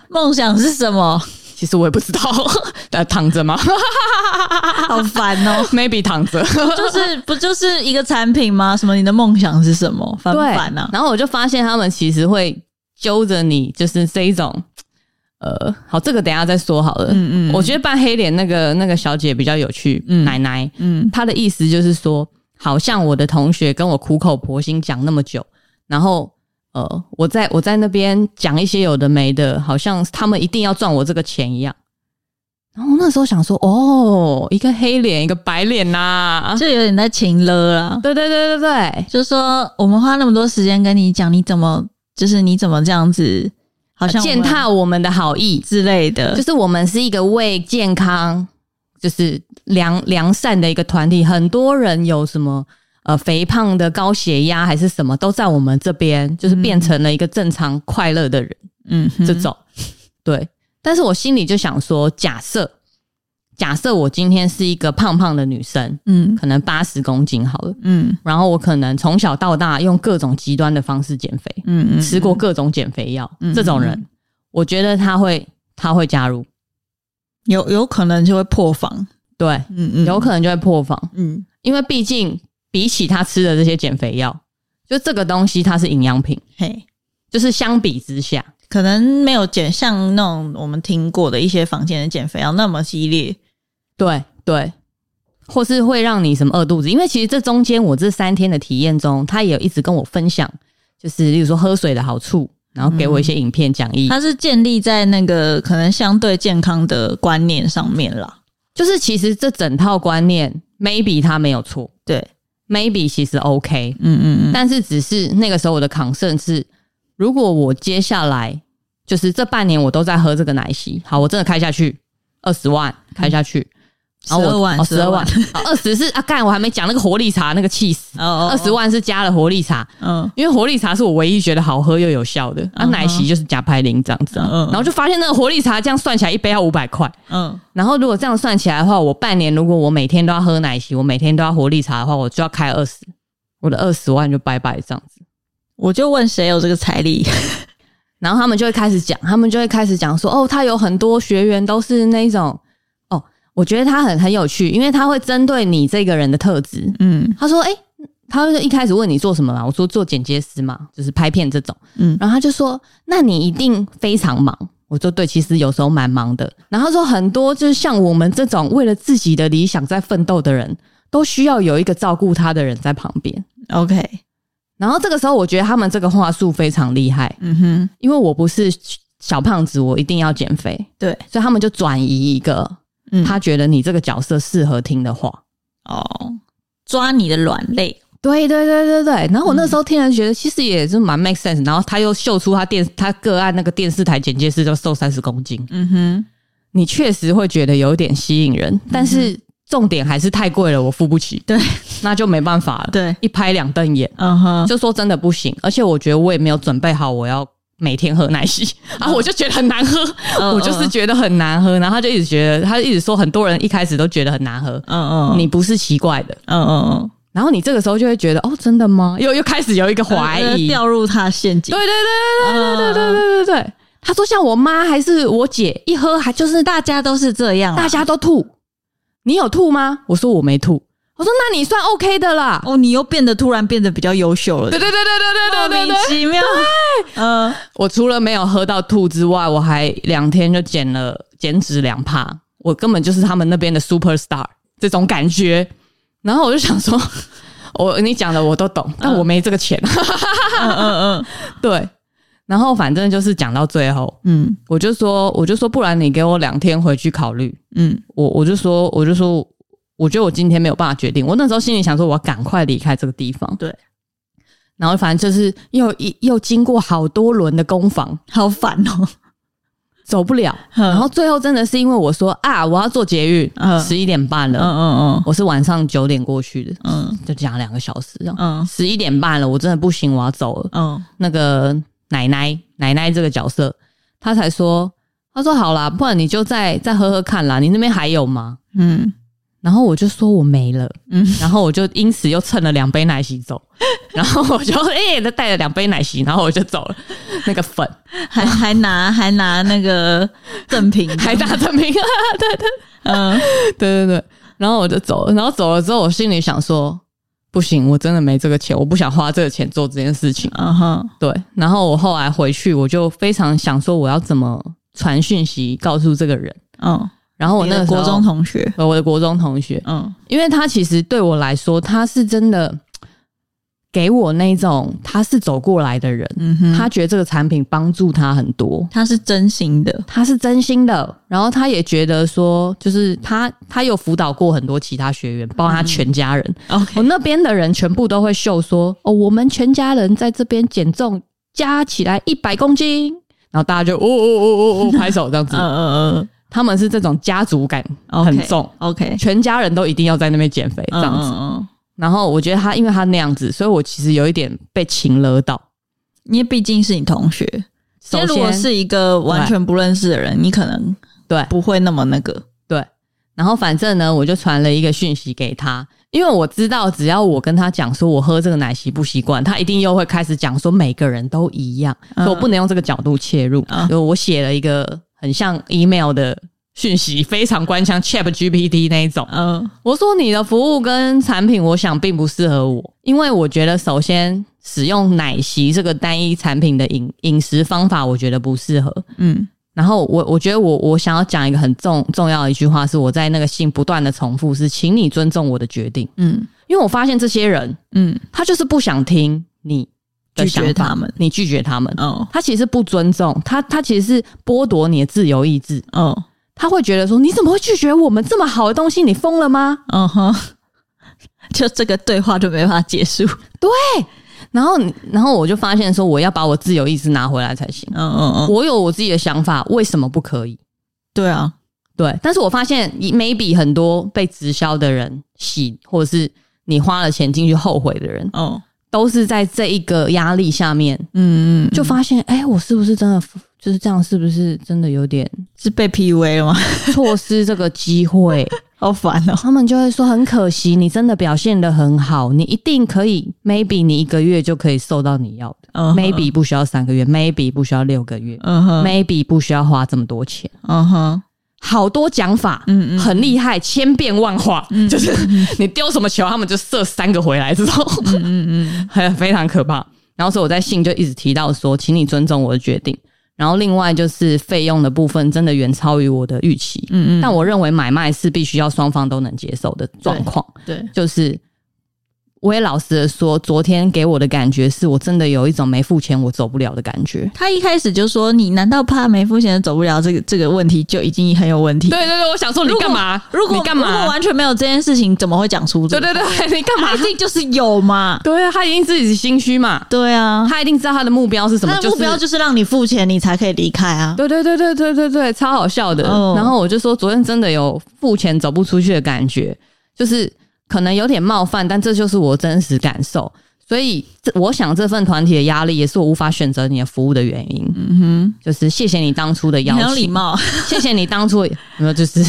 A: 梦想是什么？？”
B: 其实我也不知道， 呃，躺着吗
A: 好烦 哦！
B: ？Maybe 躺着。
A: 就是不就是一个产品吗？什么？你的梦想是什么？烦不
B: 对，
A: 烦啊？
B: 然后我就发现他们其实会揪着你，就是这一种，呃，好，这个等一下再说好了。
A: 嗯嗯
B: 我觉得扮黑脸那个那个小姐比较有趣，
A: 嗯
B: 奶奶，
A: 嗯
B: 她的意思就是说，好像我的同学跟我苦口婆心讲那么久，然后。呃，我在我在那边讲一些有的没的，好像他们一定要赚我这个钱一样。然后我那时候想说，哦，一个黑脸，一个白脸啊呐、
A: 就有点在情啊了啦。
B: 对对对对对，
A: 就说我们花那么多时间跟你讲，你怎么就是你怎么这样子，好像我们
B: 践踏我们的好意，
A: 之类的，
B: 就是我们是一个为健康，就是良良善的一个团体。很多人有什么呃肥胖的、高血压还是什么，都在我们这边，就是变成了一个正常快乐的人、
A: 嗯哼
B: 这种。对，但是我心里就想说，假设假设我今天是一个胖胖的女生，
A: 嗯
B: 可能八十公斤好了，
A: 嗯
B: 然后我可能从小到大用各种极端的方式减肥，
A: 嗯嗯
B: 吃过各种减肥药，
A: 嗯
B: 这种
A: 嗯
B: 人，我觉得他会他会加入。
A: 有有可能就会破防，
B: 对，
A: 嗯嗯
B: 有可能就会破防，
A: 嗯
B: 因为毕竟比起他吃的这些减肥药，就这个东西它是营养品，
A: 嘿，
B: 就是相比之下，
A: 可能没有减像那种我们听过的一些房间的减肥药那么激烈，
B: 对对，或是会让你什么饿肚子。因为其实这中间我这三天的体验中，他也有一直跟我分享，就是例如说喝水的好处，然后给我一些影片讲义，
A: 它是建立在那个可能相对健康的观念上面啦，
B: 就是其实这整套观念，maybe 他没有错
A: 对，
B: ，maybe 其实 OK，
A: 嗯嗯嗯
B: 但是只是那个时候我的 concern 是，如果我接下来就是这半年我都在喝这个奶昔，好，我真的开下去二十万开下去，然后
A: 12万哦
B: 我十二、12万
A: 12，
B: 二十是啊，干我还没讲那个活力茶那个气死，
A: 哦
B: 二十，万是加了活力茶，
A: 嗯
B: 因为活力茶是我唯一觉得好喝又有效的，啊，
A: 嗯哼
B: 奶昔就是假拍零这样子啊，
A: 嗯嗯
B: 然后就发现那个活力茶这样算起来一杯要五百块，
A: 嗯
B: 然后如果这样算起来的话，我半年如果我每天都要喝奶昔，我每天都要活力茶的话，我就要开二十，我的二十万就拜拜这样子。
A: 我就问谁有这个财力，
B: 然后他们就会开始讲，他们就会开始讲说，哦，他有很多学员都是那种，哦，我觉得他很很有趣，因为他会针对你这个人的特质。
A: 嗯
B: 他说，诶，他就一开始问你做什么嘛，我说做剪接师嘛，就是拍片这种。
A: 嗯
B: 然后他就说，那你一定非常忙。我说对，其实有时候蛮忙的。然后他说很多就是像我们这种为了自己的理想在奋斗的人，都需要有一个照顾他的人在旁边。
A: ，OK，
B: 然后这个时候，我觉得他们这个话术非常厉害，
A: 嗯哼，
B: 因为我不是小胖子，我一定要减肥，
A: 对，
B: 所以他们就转移一个
A: 嗯
B: 他觉得你这个角色适合听的话。
A: 哦，抓你的软肋，
B: 对对对对对，然后我那
A: 嗯
B: 时候听了觉得其实也是蛮 make sense，然后他又秀出他电他个案那个电视台简介是就瘦三十公斤，
A: 嗯哼，
B: 你确实会觉得有点吸引人，但是重点还是太贵了，我付不起，
A: 嗯对
B: 那就没办法了，
A: 对，
B: 一拍两瞪眼，
A: 嗯哼，
B: 就说真的不行，而且我觉得我也没有准备好我要每天喝奶昔啊，我就觉得很难喝，
A: 嗯
B: 我就是觉得很难喝，然后他就一直觉得，他一直说很多人一开始都觉得很难喝，
A: 嗯嗯，
B: 你不是奇怪的，
A: 嗯嗯
B: 然后你这个时候就会觉得哦，真的吗？又又开始有一个
A: 嗯，
B: 怀疑，对
A: 掉入他的陷阱，
B: 对对
A: 对
B: 对对对对对对。他说像我妈还是我姐一喝还就是啊大
A: 大家都是这样啦，
B: 大家都吐，你有吐吗？我说我没吐，我说那你算 OK 的啦。
A: 哦，你又变得突然变得比较优秀了，
B: 对对对对对
A: 莫
B: 对对
A: 名
B: 对对，
A: 其妙，嗯，
B: 我除了没有喝到吐之外，我还两天就减了减脂两趴，我根本就是他们那边的 super star 这种感觉。然后我就想说， 我你讲的我都懂，但我没这个钱。
A: 嗯嗯
B: 对，然后反正就是讲到最后，
A: 嗯
B: 我就说，我就说，不然你给我两天回去考虑。
A: 嗯
B: 我我就说，我就说，我觉得我今天没有办法决定。我那时候心里想说，我要赶快离开这个地方。
A: 对，
B: 然后反正就是又一又经过好多轮的攻防，
A: 好烦哦，
B: 走不了。
A: 嗯
B: 然后最后真的是因为我说啊，我要做捷运，
A: 嗯
B: 十一点半
A: 嗯
B: 了。
A: 嗯
B: 我是晚上九点过去的，
A: 嗯
B: 就讲两个小时这样。
A: 嗯
B: 十一点半了，我真的不行，我要走了。
A: 嗯
B: 那个奶奶奶奶这个角色，她才说，她说好啦，不然你就再再喝喝看啦，你那边还有吗？
A: 嗯
B: 然后我就说我没了，
A: 嗯
B: 然后我就因此又蹭了两杯奶昔 走，然后我就哎，欸带、了两杯奶昔，然后我就走了。那 个粉
A: 嗯，还还拿还拿那个赠品，
B: 还打着名，对对
A: 嗯
B: 对对对，然后我就走了，然后走了之后，我心里想说，不行，我真的没这个钱，我不想花这个钱做这件事情。
A: 嗯哼
B: 对，然后我后来回去，我就非常想说，我要怎么传讯息告诉这个人。
A: 嗯，
B: 然后我
A: 你
B: 那
A: 的
B: 个时候
A: 国中，同学，
B: 呃我的国中同学，
A: 嗯
B: 因为他其实对我来说，他是真的给我那种他是走过来的人，
A: 嗯哼，
B: 他
A: 他
B: 觉得这个产品帮助他很多，
A: 他是真心的，
B: 他是真心的。然后他也觉得说，就是他他有辅导过很多其他学员，包括他全家人。我
A: OK，
B: 那边的人全部都会秀说：“哦，我们全家人在这边减重，加起来一百公斤。”然后大家就哦哦哦哦哦拍手这样子
A: 嗯。嗯嗯
B: 他们是这种家族感
A: 嗯，
B: 很重，
A: ，OK，
B: 全家人都一定要在那边减肥这样子。
A: 嗯，嗯嗯
B: 然后我觉得他，因为他那样子，所以我其实有一点被情勒到。
A: 因为毕竟是你同学，
B: 首
A: 因为
B: 先，
A: 如果是一个完全不认识的人，你可能
B: 对
A: 不会那么那个，
B: 对，然后反正呢，我就传了一个讯息给他，因为我知道只要我跟他讲说我喝这个奶昔不习惯，他一定又会开始讲说每个人都一样，
A: 嗯
B: 所以我不能用这个角度切入。
A: 嗯
B: 所以我写了一个很像 email 的讯息，非常官腔，Chat GPT 那一种。
A: 嗯
B: 我说你的服务跟产品，我想并不适合我，因为我觉得首先使用奶昔这个单一产品的饮饮食方法，我觉得不适合。
A: 嗯
B: 然后我我觉得我我想要讲一个很重重要的一句话，是我在那个信不断的重复是，请你尊重我的决定，
A: 嗯
B: 因为我发现这些人
A: 嗯，
B: 他就是不想听你的
A: 拒
B: 想
A: 绝
B: 法
A: 他们
B: 你拒绝他们，
A: 哦
B: 他其实不尊重他，他其实是剥夺你的自由意志，
A: 哦
B: 他会觉得说你怎么会拒绝我们这么好的东西？你疯了吗？
A: 嗯哼， 就这个对话就没办法结束，
B: 然后你，然后我就发现说，我要把我自由意志拿回来才行。
A: 嗯嗯嗯，
B: 我有我自己的想法，为什么不可以？
A: 对啊，
B: 对，但是我发现，maybe 很多被直销的人洗，或者是你花了钱进去后悔的人，
A: 哦
B: 都是在这一个压力下面，
A: 嗯嗯，
B: 就发现，哎、我是不是真的就是这样？是不是真的有点
A: 是被 PUA 了吗？
B: 错失这个机会？
A: 好烦哦，
B: 他们就会说很可惜，你真的表现的很好，你一定可以，maybe 你一个月就可以瘦到你要的、
A: 嗯
B: m a y b e 不需要三个月，maybe 不需要六个月、
A: 嗯哼
B: m a y b e 不需要花这么多钱。
A: 嗯哼，
B: 好多讲法，
A: 嗯嗯
B: 很厉害，千变万化，
D: 嗯
B: 就是你丢什么球，他们就射三个回来，这种，
A: 嗯嗯
B: 很非常可怕。然后所以我在信就一直提到说，请你尊重我的决定。然后另外就是费用的部分，真的远超于我的预期。
A: 嗯嗯，
B: 但我认为买卖是必须要双方都能接受的状况，
A: 对，
B: 就是我也老实的说，昨天给我的感觉是我真的有一种没付钱我走不了的感觉。
A: 他一开始就说：“你难道怕没付钱走不了这个这个问题就已经很有问题？”
D: 对对对，我想说你
A: 如果
D: 干嘛？
A: 如果
D: 你干
A: 如果
D: 嘛？
A: 完全没有这件事情，怎么会讲出这
D: 对
A: 个？
D: 对对，你干嘛
A: 他一？定就是有嘛。
D: 对啊，他一定自己心虚嘛，
A: 对啊，
B: 他一定知道他的目标是什么，
A: 他的目标
B: 就是
A: 就是让你付钱，你才可以离开啊。
B: 对对对对对对对，超好笑的。
A: 哦
B: 然后我就说，昨天真的有付钱走不出去的感觉，就是可能有点冒犯，但这就是我真实感受。所以这，我想这份团体的压力也是我无法选择你的服务的原因。嗯哼，就是谢谢你当初的邀
A: 很有
B: 请，
A: 礼貌，
B: 谢谢你当初有没有就是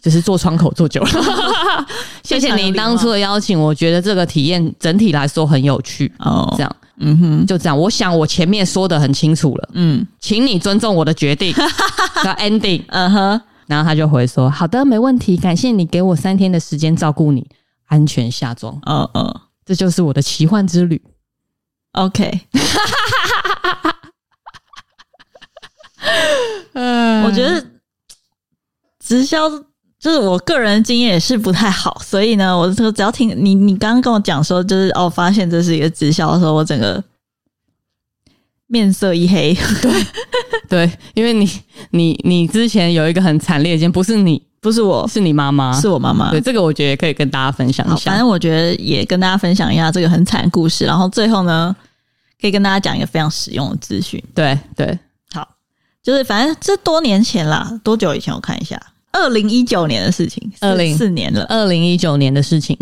B: 就是做窗口做久 了，谢谢你当初的邀请，我觉得这个体验整体来说很有趣。
A: 哦
B: 这样，嗯哼，就这样。我想我前面说的很清楚了，
A: 嗯
B: 请你尊重我的决 定。要 ending，
A: 嗯哼，
B: 然后他就回说：“好的，没问题，感谢你给我三天的时间照顾你，安全下装。
A: 哦哦
B: 这就是我的奇幻之旅。
A: ，OK。
D: 嗯，
A: 我觉得直销就是我个人的经验也是不太好，所以呢，我就只要听你你刚刚跟我讲说，就是哦，发现这是一个直销的时候，我整个面色一黑。
B: 对，因为你你你之前有一个很惨烈的经验，不是你，
A: 不是我，
B: 是你妈妈，
A: 是我妈妈。
B: 啊对，这个我觉得也可以跟大家分享
A: 好，
B: 一
A: 反
B: 下。
A: 正我觉得也跟大家分享一下这个很惨的故事，然后最后呢，可以跟大家讲一个非常实用的资讯。
B: 对对，
A: 好，就是反正这多年前啦，多久以前？我看一下，二零一九年的事情，
B: 20
A: 四年了。
B: 二零一九年的事情，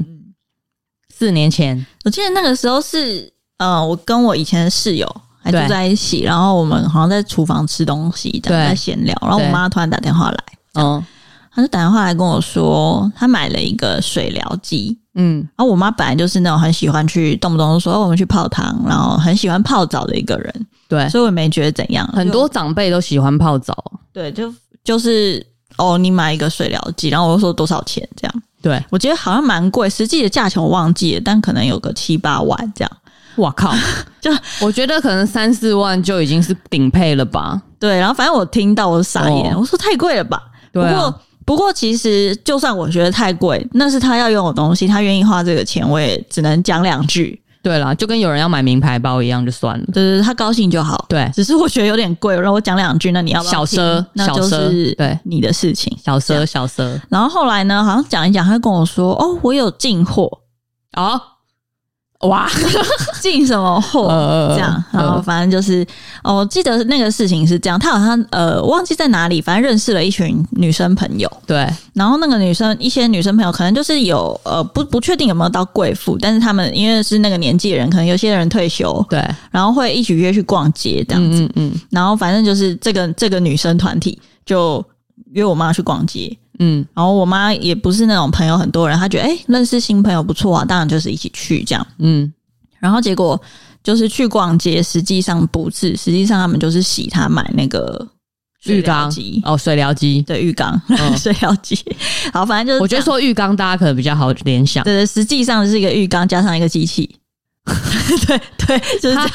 B: 四年前，
A: 我记得那个时候是，呃，我跟我以前的室友还住
B: 对
A: 在一起，然后我们好像在厨房吃东西，这样
B: 对
A: 在闲聊，然后我
B: 对
A: 妈突然打电话来，
B: 嗯
A: 她就打电话来跟我说，她买了一个水疗机。
B: 嗯，
A: 然后我妈本来就是那种很喜欢去动不动就说、哦、我们去泡汤，然后很喜欢泡澡的一个人，
B: 对，
A: 所以我也没觉得怎样。
B: 很多长辈都喜欢泡澡，
A: 就对，就就是哦，你买一个水疗机，然后我就说多少钱这样。
B: 对，
A: 我觉得好像蛮贵，实际的价钱我忘记了，但可能有个七八万这样。
B: 我 靠，
A: 就
B: 我觉得可能三四万就已经是顶配了吧，
A: 对，然后反正我听到我傻眼，
B: 哦
A: 我说太贵了吧？
B: 对啊
A: 不过不过其实就算我觉得太贵，那是他要用我东西，他愿意花这个钱，我也只能讲两句，
B: 对啦，就跟有人要买名牌包一样，就算了。
A: 就是他高兴就好。
B: 对，
A: 只是我觉得有点贵，然后我讲两句，那你要不要
B: 小
A: 听
B: 奢
A: 那就
B: 小
A: 是
B: 奢对
A: 你的事情。
B: 小奢小奢
A: 然后后来呢，好像讲一讲，他跟我说：“哦，我有进货，
B: 哦，哇，
A: 进什么货？”
B: 呃
A: 这样，然后反正就是，哦，我记得那个事情是这样，他好像呃忘记在哪里，反正认识了一群女生朋友，
B: 对
A: 然后那个女生，一些女生朋友可能就是有呃不不确定有没有到贵妇，但是他们因为是那个年纪的人，可能有些人退休，
B: 对，
A: 然后会一起约去逛街这样子。
B: 嗯嗯嗯
A: 然后反正就是这个这个女生团体就约我妈去逛街，
B: 嗯，
A: 然后我妈也不是那种朋友很多人，她觉得哎、诶认识新朋友不错啊，当然就是一起去这样。
B: 嗯，
A: 然后结果就是去逛街，实际上不是，实际上他们就是洗她买那个
B: 浴
A: 水疗
B: 缸
A: 机。
B: 哦，水疗机，
A: 对浴缸、
B: 嗯
A: 水疗机，好，反正就是
B: 我觉
A: 这样
B: 得说浴缸大家可能比较好联想，
A: 对对，实际上是一个浴缸加上一个机器。 对对，就是这样。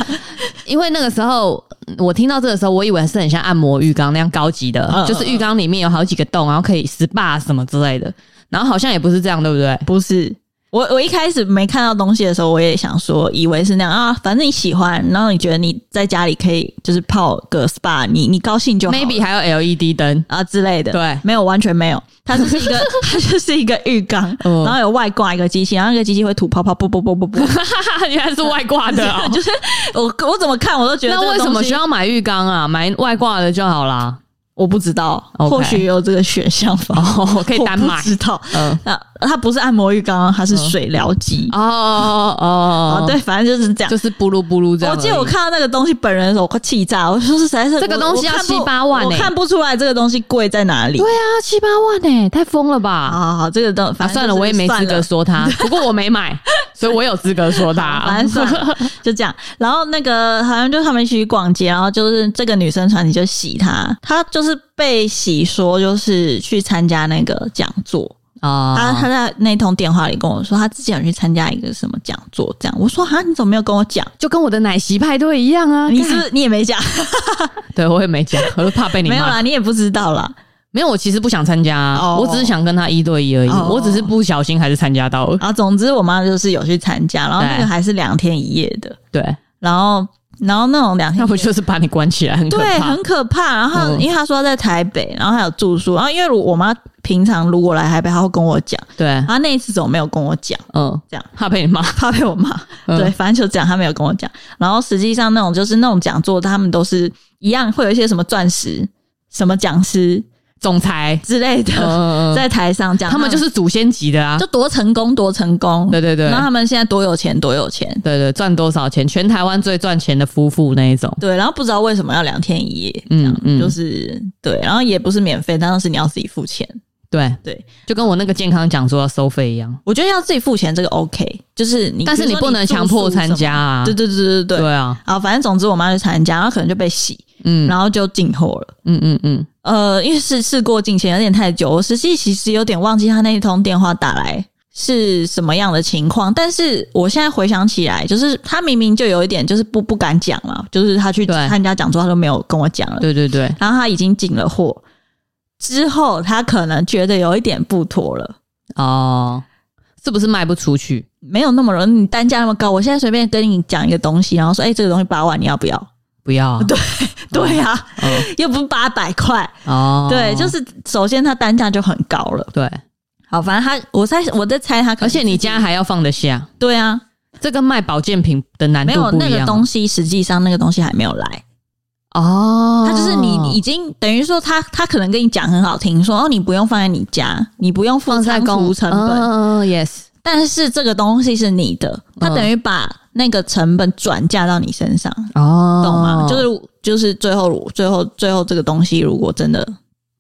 B: 因为那个时候嗯我听到这个时候，我以为是很像按摩浴缸那样高级的，
A: 嗯
B: 就是浴缸里面有好几个洞，然后可以 SPA 什么之类的，然后好像也不是这样，对不对？
A: 不是我，我一开始没看到东西的时候，我也想说，以为是那样啊，反正你喜欢，然后你觉得你在家里可以就是泡个 SPA，你你高兴就好了
B: maybe 还有 LED 灯，
A: 啊之类的。
B: 对
A: 没有，完全没有， 它就是一个 它就是一个浴缸，
B: 嗯
A: 然后有外挂一个机器，然后那个机器会吐泡泡，不不不不不，
B: 原来是外挂的 哦、
A: 就是我我怎么看我都觉得
B: 那为什么需
A: 要
B: 要买浴缸啊？买外挂的就好啦。
A: 我不知道，
B: OK
A: 或许有这个选项吧，
B: 哦，可以单
A: 我
B: 买
A: 不。知道。
B: 嗯，
A: 那它不是按摩浴缸，它是水疗机。
B: 哦哦
A: 哦
B: 哦，，
A: 对，反正就是这样。
B: 就是布噜布噜这样而
A: 我
B: 已。
A: 记得我看到那个东西本人的时候，我快气炸！我说是实在是
B: 这个
A: 我
B: 东西要
A: 我看不
B: 七八万欸
A: 我看不出来这个东西贵在哪里。
B: 对啊，七八万呢、太疯了
A: 好
B: 吧！
A: 好好，这个东
B: 啊，
A: 反正
B: 算了，
A: 就是
B: 我也没资
A: 算
B: 格
A: 了
B: 说 他，不过我没买，所以我有资格说 他。
A: 反正算了， 就这样。然后那个好像就他们一起去逛街，然后就是这个女生团体就洗她，她就是被洗说就是去参加那个讲座。她
B: 啊
A: 她在那通电话里跟我说，她之前有去参加一个什么讲座，这样。我说哈，你怎么没有跟我讲？
B: 就跟我的奶昔派对一样啊！
A: 你是不
B: 干
A: 是你也没讲？
B: 对我也没讲，我就怕被你
A: 没有
B: 骂。
A: 啦，你也不知道啦。
B: 没有，我其实不想参加啊、
A: 哦
B: 我只是想跟他一对一而已。
A: 哦
B: 我只是不小心还是参加到了。
A: 然后啊总之我妈就是有去参加，然后那
B: 对
A: 个还是两天一夜的，
B: 对，
A: 然后然后那种两天
B: 那
A: 一
B: 不
A: 夜
B: 就是把你关起来，很可
A: 对，
B: 怕。
A: 很可怕。然后
B: 嗯
A: 因为她说她在台北，然后还有住宿，然后因为我妈平常如果来台北，她会跟我讲，
B: 对，
A: 她那一次怎么没有跟我讲？
B: 嗯，
A: 嗯这样
B: 怕被你骂。
A: 怕被我骂，
B: 嗯
A: 对，反正就这样，她没有跟我讲。然后实际上那种就是那种讲座，他们都是一样会有一些什么钻石、什么讲师
B: 总裁，
A: 之类的，
B: 嗯，
A: 在台上讲，
B: 他们就是祖先级的啊。
A: 就多成功多成功，
B: 对对对
A: 然后他们现在多有钱多有钱，
B: 对对，赚多少钱？全台湾最赚钱的夫妇那一种。
A: 对，然后不知道为什么要两天一夜，
B: 嗯
A: 这样
B: 嗯
A: 就是对，然后也不是免费，当然是你要自己付钱。
B: 对
A: 对，
B: 就跟我那个健康讲座要收费一样。
A: 我觉得要自己付钱这个 OK，就是你，
B: 但是
A: 比
B: 你
A: 如说
B: 不能强迫参加啊
A: 住宿什么。对对对对对。
B: 对啊，
A: 啊，反正总之我妈就参加，然后可能就被洗，
B: 嗯
A: 然后就进货了。
B: 嗯嗯嗯，
A: 呃，因为是事过境迁，有点太久，我实际其实有点忘记他那一通电话打来是什么样的情况。但是我现在回想起来，就是他明明就有一点就是不不敢讲嘛，就是他去
B: 对
A: 参加讲座，他都没有跟我讲了。
B: 对对对，
A: 然后他已经进了货之后，他可能觉得有一点不妥了，
B: 哦，是不是卖不出去？
A: 没有那么容易，你单价那么高。我现在随便跟你讲一个东西，然后说，哎、这个东西八万，你要不要？
B: 不要啊，对
A: 对啊， 又不是八百块，
B: 哦，
A: 对，就是首先它单价就很高了。
B: 对，
A: 好，反正他，我猜我在猜他可能
B: 而
A: 是，
B: 且你家还要放得下，
A: 对啊，
B: 这跟卖保健品的难
A: 没
B: 度
A: 有
B: 不
A: 那
B: 一
A: 个
B: 样啊
A: 东西，实际上那个东西还没有来，
B: 哦。
A: 他就是你已经等于说他他可能跟你讲很好听，说哦你不用放在你家，你不用付
B: 放在
A: 仓
B: 公
A: 储成本，
B: 嗯、嗯 y e s
A: 但是这个东西是你的，它
B: 嗯
A: 等于把那个成本转嫁到你身上，
B: 哦，
A: 懂吗？就是就是最后最后最后这个东西如果真的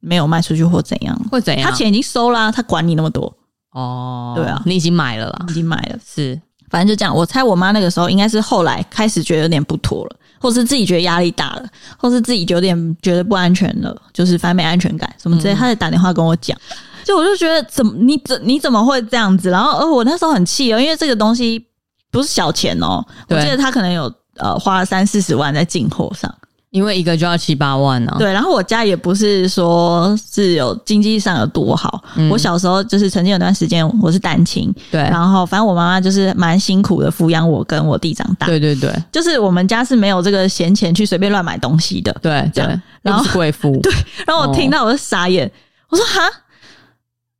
A: 没有卖出去或怎样，
B: 会怎样？
A: 他钱已经收啦、他管你那么多，
B: 哦，
A: 对啊
B: 你已经买了啦，
A: 已经买了，
B: 是
A: 反正就这样。我猜我妈那个时候应该是后来开始觉得有点不妥了，或是自己觉得压力大了，或是自己有点觉得不安全了，就是反正没安全感什么
B: 嗯
A: 之类，她在打电话跟我讲。就我就觉得怎么你怎你怎么会这样子？然后呃，我那时候很气哦，因为这个东西不是小钱哦，我
B: 对
A: 记得他可能有呃花了三四十万在进货上，
B: 因为一个就要七八万呢、啊。
A: 对。然后我家也不是说是有经济上有多好，
B: 嗯
A: 啊我小时候就是曾经有段时间我是单亲，
B: 对
A: 然后反正我妈妈就是蛮辛苦的抚养我跟我弟长大，
B: 对对对
A: 就是我们家是没有这个闲钱去随便乱买东西的。
B: 对
A: 这样
B: 对，
A: 然后
B: 又不是 贵妇，对
A: 然后我听
B: 哦
A: 到我就傻眼，我说哈，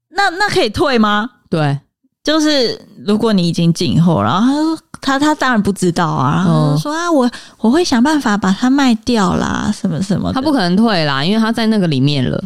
A: 那那可以退吗？
B: 对
A: 就是如果你已经进货，然后他说他他当然不知道啊，
B: 哦
A: 然后他就说、啊我我会想办法把它卖掉啦，什么什么的，
B: 他不可能退啦，因为他在那个里面了，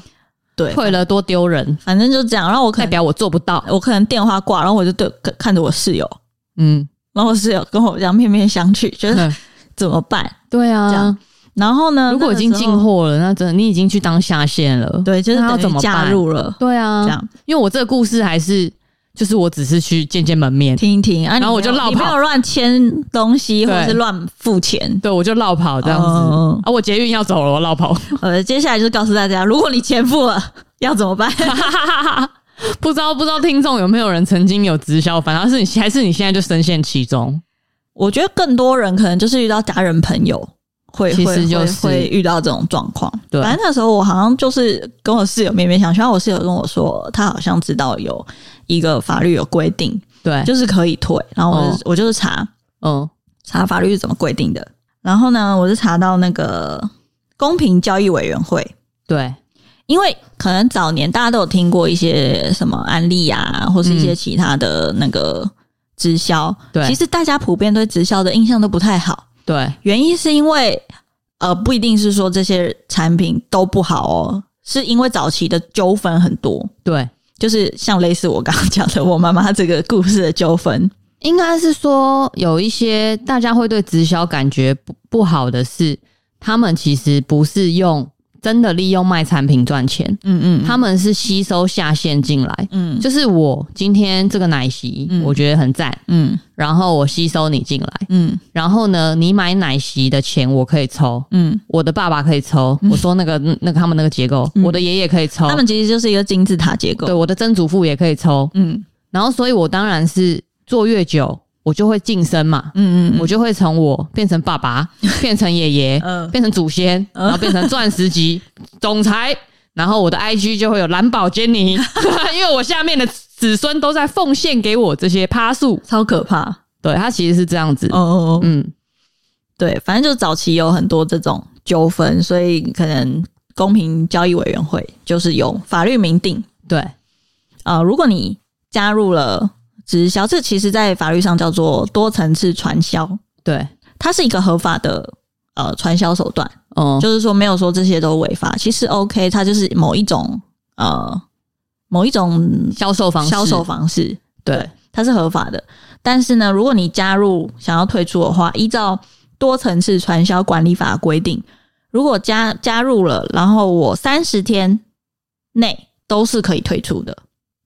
A: 对，
B: 退了多丢人，
A: 反正就这样。然后我可
B: 代
A: 能
B: 表我做不到。
A: 我可能电话挂，然后我就对看看着我室友，
B: 嗯，
A: 然后我室友跟我这样面面相觑，觉得
B: 嗯
A: 怎么办？
B: 对
A: 这样
B: 啊，
A: 然后呢，
B: 如果已经
A: 那个时
B: 进
A: 候，
B: 货了，那真的你已经去当下线了。
A: 对，就是
B: 那要
A: 等于
B: 怎么
A: 加
B: 办？
A: 入了，
B: 对
A: 这
B: 啊，
A: 样
B: 因为我这个故事还是就是我只是去见见门面，
A: 听一听啊，你
B: 然后我就
A: 没有
B: 绕
A: 你没
B: 跑
A: 有乱签东西或
B: 对
A: 者是乱付钱。
B: 对我就绕跑这样子、
A: 哦
B: 啊，我捷运要走了，我绕跑，
A: 呃，接下来就是告诉大家，如果你钱付了要怎么办？
B: 不知道不知道听众有没有人曾经有直销，反正是你还是你现在就深陷其中，
A: 我觉得更多人可能就是遇到家人朋友会
B: 其实
A: 会
B: 就
A: 会
B: 是
A: 会遇到这种状况。
B: 对
A: 反正那时候我好像就是跟我室友面面相觑，然后我室友跟我说，他好像知道有一个法律有规定，
B: 对，
A: 就是可以退。然后我就、
B: 哦
A: 我就是查
B: 嗯
A: 查法律是怎么规定的。然后呢，我就查到那个公平交易委员会，
B: 对，
A: 因为可能早年大家都有听过一些什么案例啊，或是一些
B: 嗯
A: 其他的那个直销。
B: 对
A: 其实大家普遍对直销的印象都不太好。
B: 对，
A: 原因是因为呃，不一定是说这些产品都不好哦，是因为早期的纠纷很多，
B: 对，
A: 就是像类似我刚刚讲的我妈妈这个故事的纠纷。
B: 应该是说有一些大家会对直销感觉不不好的是，他们其实不是用真的利用卖产品赚钱，
A: 嗯嗯
B: 他们是吸收下线进来。
A: 嗯
B: 就是我今天这个奶昔，
A: 嗯
B: 我觉得很赞，
A: 嗯
B: 然后我吸收你进来，
A: 嗯
B: 然后呢，你买奶昔的钱我可以抽，
A: 嗯，
B: 我的爸爸可以抽，我说那个那个他们那个结构，
A: 嗯
B: 我的爷爷可以抽，
A: 他们其实就是一个金字塔结构
B: 对。我的曾祖父也可以抽，
A: 嗯
B: 然后所以我当然是做越久，我就会晋升嘛，
A: 嗯嗯
B: 我就会从我变成 爸爸，变成爷爷，
A: 嗯
B: 变成祖先，然后变成钻石级总裁，然后我的 IG 就会有蓝宝坚尼， 因为我下面的子孙都在奉献给我这些趴数。
A: 超可怕。哦
B: 对，它其实是这样子。
A: 哦，哦，
B: 嗯，
A: 对，反正就早期有很多这种纠纷，所以可能公平交易委员会就是由法律明定
B: 对，
A: 啊、呃如果你加入了直销，这其实在法律上叫做多层次传销，
B: 对，
A: 它是一个合法的呃传销手段，
B: 哦，
A: 就是说没有说这些都违法，其实 OK，它就是某一种呃某一种
B: 销售方式，
A: 销售方式，
B: 对，
A: 它是合法的。但是呢，如果你加入想要退出的话，依照多层次传销管理法规定，如果加加入了，然后我三十天内都是可以退出的。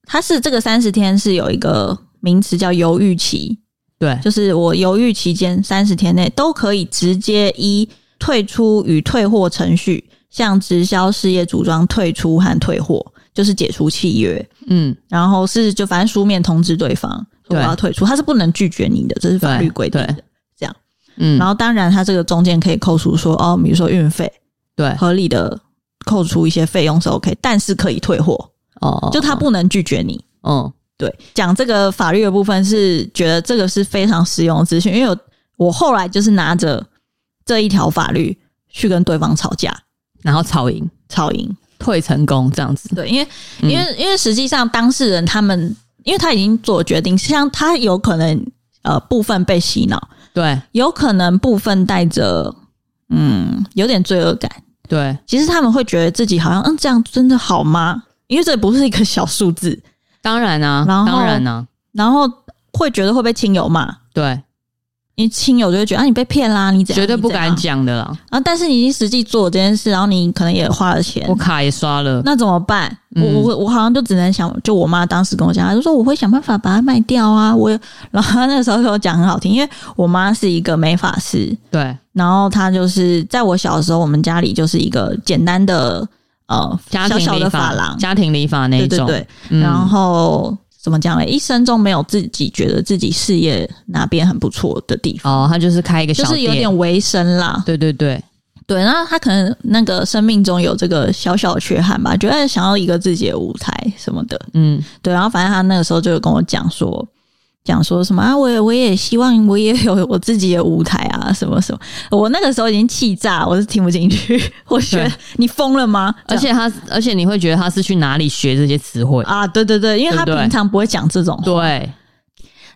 A: 它是这个三十天是有一个名词叫犹豫期，
B: 对，
A: 就是我犹豫期间三十天内都可以直接依退出与退货程序向直销事业组装退出和退货，就是解除契约。
B: 嗯，
A: 然后是就反正书面通知对方说
B: 对
A: 我要退出，他是不能拒绝你的，这是法律
B: 对
A: 规定的
B: 对。
A: 这样，
B: 嗯，
A: 然后当然他这个中间可以扣除说哦，比如说运费
B: 对，
A: 合理的扣除一些费用是 OK，但是可以退货，
B: 哦，
A: 就他，不能拒绝你。
B: 哦，
A: 对，讲这个法律的部分是觉得这个是非常实用的资讯，因为我我后来就是拿着这一条法律去跟对方吵架，
B: 然后吵赢，
A: 吵赢。
B: 退成功这样子。
A: 对，因为
B: 嗯
A: 因为、因为实际上当事人他们，因为他已经做决定，像他有可能呃部分被洗脑，
B: 对，
A: 有可能部分带着嗯有点罪恶感。
B: 对，
A: 其实他们会觉得自己好像嗯这样真的好吗？因为这不是一个小数字，
B: 当然啊，
A: 然后
B: 当然啊，
A: 然后会觉得会被亲友骂，
B: 对，
A: 因为亲友就会觉得啊你被骗啦，你怎样
B: 绝对不敢。
A: 你怎样
B: 讲的啦。
A: 啊！但是你已经实际做了这件事，然后你可能也花了钱
B: 我，卡也刷了，
A: 那怎么办？我
B: 嗯
A: 我我好像就只能想，就我妈当时跟我讲，她就说我会想办法把它卖掉啊。我也然后她那个时候跟我讲很好听，因为我妈是一个美发师，
B: 对，
A: 然后她就是在我小的时候，我们家里就是一个简单的呃
B: 家
A: 小
B: 庭
A: 小
B: 理
A: 的
B: 发
A: 发廊，
B: 家庭理发那
A: 对
B: 一
A: 对
B: 种，
A: 对，
B: 嗯
A: 然后。怎么讲嘞？一生中没有自己觉得自己事业哪边很不错的地方，
B: 哦，他就是开一个
A: 就
B: 小
A: 是有
B: 店
A: 点为生啦。
B: 对对对，
A: 对，那他可能那个生命中有这个小小的缺憾吧，觉得想要一个自己的舞台什么的。
B: 嗯，
A: 对，然后反正他那个时候就有跟我讲说，讲说什么啊，我也我也希望我也有我自己的舞台啊，什么什么。我那个时候已经气炸，我是听不进去，我觉得
B: 对
A: 你疯了吗？
B: 而
A: 这样
B: 且他，而且你会觉得他是去哪里学这些词汇？
A: 啊，对对对，因为他
B: 对不对
A: 平常不会讲这种话，
B: 对，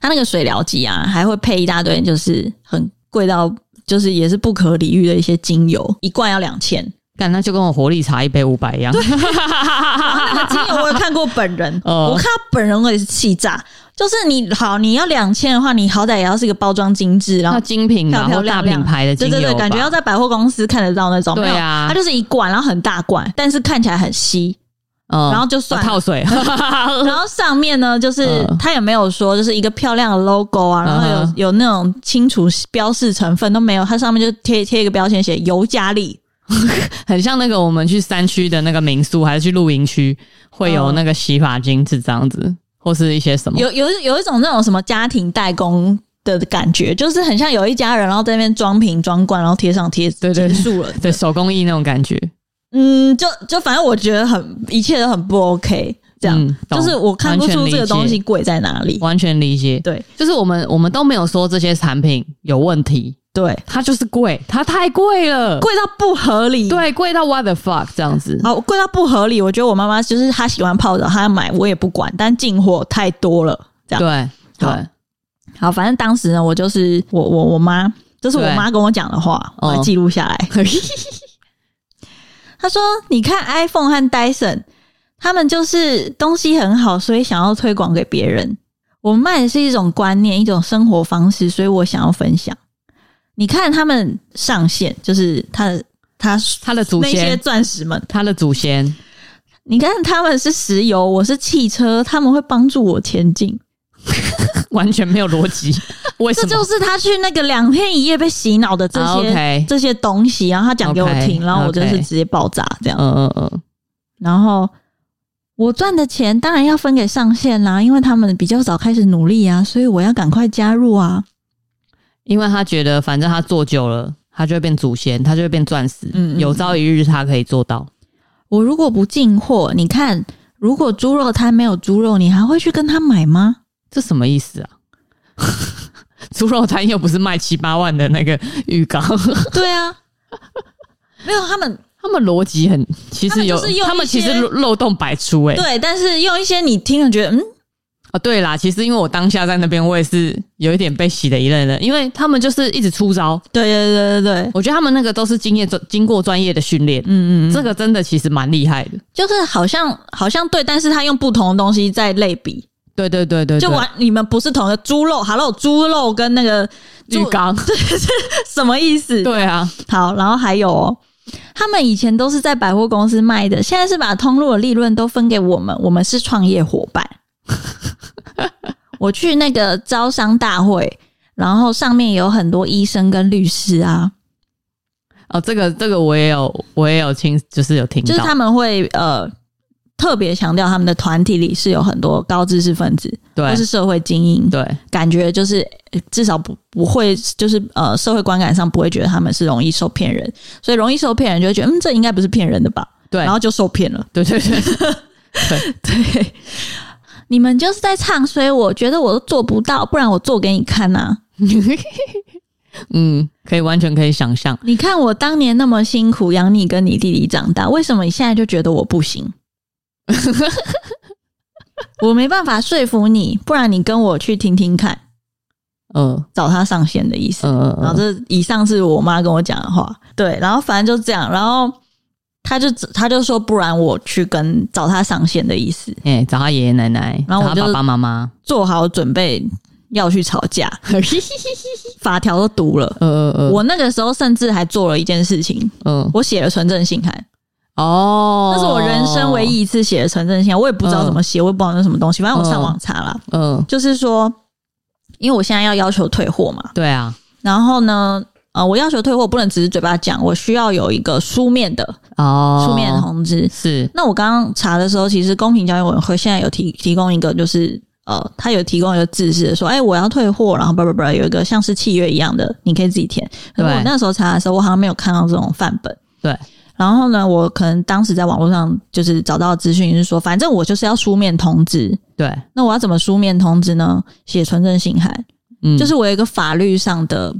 A: 他那个水疗机啊，还会配一大堆就是很贵到就是也是不可理喻的一些精油，一罐要两千。
B: 干那就跟我活力茶一杯五百一样。
A: 啊那个精油我有看过本人，
B: 哦
A: 我看他本人我也是气炸。就是你好，你要两千的话，你好歹也要是一个包装精致，然后
B: 要精品的
A: 漂
B: 啊，
A: 漂
B: 或
A: 亮
B: 大
A: 亮
B: 品牌的精
A: 对
B: 油
A: 对
B: 吧，
A: 对，感觉要在百货公司看得到那种。
B: 对啊
A: 没有它就是一罐，然后很大罐，但是看起来很稀。
B: 嗯，
A: 然后就算了
B: 套水，
A: 然后上面呢，就是
B: 嗯
A: 它也没有说就是一个漂亮的 logo 啊，然后
B: 嗯哼
A: 有有那种清楚标示成分都没有，它上面就贴贴一个标签写尤加利。
B: 很像那个我们去山区的那个民宿，还是去露营区，会有
A: 嗯
B: 那个洗发精是这样子，或是一些什么。
A: 有有一有一种那种什么家庭代工的感觉，就是很像有一家人，然后在那边装瓶装罐，然后贴上贴
B: 对对
A: 结束了。
B: 对手工艺那种感觉，
A: 嗯，就就反正我觉得很一切都很不 OK，这样、
B: 嗯懂
A: 就是我看不出这个东西贵在哪里。
B: 完全理解。
A: 对
B: 就是我们我们都没有说这些产品有问题，
A: 对，
B: 它就是贵，它太贵了，
A: 贵到不合理。，
B: 对贵到 what the fuck 这样子。
A: 好贵到不合理。我觉得我妈妈就是她喜欢泡澡，她要买我也不管，但进货太多了。这样
B: 对
A: 好
B: 对，
A: 好，反正当时呢，我就是我我我妈，这是我
B: 对
A: 妈跟我讲的话，我还
B: 哦
A: 记录下 来。她说：“你看 iPhone 和 Dyson，他们就是东西很好，所以想要推广给别人。我卖的是一种观念，一种生活方式，所以我想要分享。你看他们上线，就是他的他
B: 他的祖
A: 那些
B: 先，
A: 钻石们，
B: 他的祖先，
A: 你看他们是石油，我是汽车，他们会帮助我前进。”
B: 完全没有逻辑，为 什
A: 这
B: 么？
A: 就是他去那个两天一夜被洗脑的这些、
B: 啊，OK
A: 这些东西，然后他讲给我听
B: OK，
A: 然后我就是
B: OK
A: 直接爆炸这样。
B: 嗯嗯嗯，
A: 然后我赚的钱当然要分给上线啦，因为他们比较早开始努力啊，所以我要赶快加入啊。
B: 因为他觉得反正他做久了，他就会变祖先，他就会变钻石，
A: 嗯嗯
B: 有朝一日他可以做到。
A: 我如果不进货，你看，如果猪肉摊没有猪肉，你还会去跟他买 吗？
B: 这什么意思啊？ 猪肉摊又不是卖七八万的那个浴缸，
A: 对啊，没有他们
B: 他们逻辑很，其实有
A: 他们就是用一些
B: 他们其实漏漏洞百出哎、欸。
A: 对，但是用一些你听了觉得嗯，
B: 哦，对啦，其实因为我当下在那边，我也是有一点被洗的一愣愣，因为他们就是一直出招，
A: 对对对对对，
B: 我觉得他们那个都是经验经过专业的训练，
A: 嗯嗯，
B: 这个真的其实蛮厉害的。
A: 就是好像好像对，但是他用不同的东西在类比，
B: 对对对对对
A: 就完你们不是同的猪肉，Hello，猪肉跟那个
B: 浴缸，
A: 什么意思？
B: 对啊，
A: 好，然后还有哦，他们以前都是在百货公司卖的，现在是把通路的利润都分给我们，我们是创业伙 伴。我去那个招商大会，然后上面有很多医生跟律师啊，
B: 哦，这个这个我也有我也有听，就是有听到，
A: 就是他们会呃特别强调他们的团体里是有很多高知识分子
B: 对
A: 或是社会精英，
B: 对
A: 感觉就是呃至少不不会就是呃社会观感上不会觉得他们是容易受骗人，所以容易受骗人就会觉得嗯这应该不是骗人的吧，
B: 对，
A: 然后就受骗了。
B: 对对对，
A: 对，你们就是在唱衰我，觉得我都做不到，不然我做给你看啊呐、
B: 嗯，可以完全可以想象，
A: 你看我当年那么辛苦养你跟你弟弟长大，为什么你现在就觉得我不行？我没办法说服你，不然你跟我去听听看，
B: 嗯
A: 找他上线的意思。
B: 嗯嗯
A: 然后
B: 嗯，
A: 这以上是我妈跟我讲的话，对，然后反正就这样，然后他就他就说，不然我去跟找他上线的意思。
B: 哎、找他爷爷奶奶，
A: 然后我
B: 找
A: 就
B: 他爸爸妈妈，
A: 做好准备要去吵 架，法条都读了。
B: 呃呃呃，
A: 我那个时候甚至还做了一件事情，
B: 嗯
A: 我写了存证信函，
B: 哦，
A: 那是我人生唯，一一次写的存证信函，我也不知道怎么写，我也不知道那是什么东西，反正我上网查啦。
B: 嗯，
A: 就是说，因为我现在要要求退货嘛，
B: 对啊，
A: 然后呢，呃，我要求退货不能只是嘴巴讲，我需要有一个书面的
B: 哦，
A: 书面通知。
B: 是，
A: 那我刚刚查的时候，其实公平交易委员会现在有提提供一个，就是呃，他有提供一个字是说，哎、我要退货，然后叭叭叭，有一个像是契约一样的，你可以自己填。可是
B: 对
A: 我那时候查的时候，我好像没有看到这种范本。
B: 对。
A: 然后呢，我可能当时在网络上就是找到的资讯是说，反正我就是要书面通知。
B: 对，
A: 那我要怎么书面通知呢？写存证信函，
B: 嗯，
A: 就是我有一个法律上的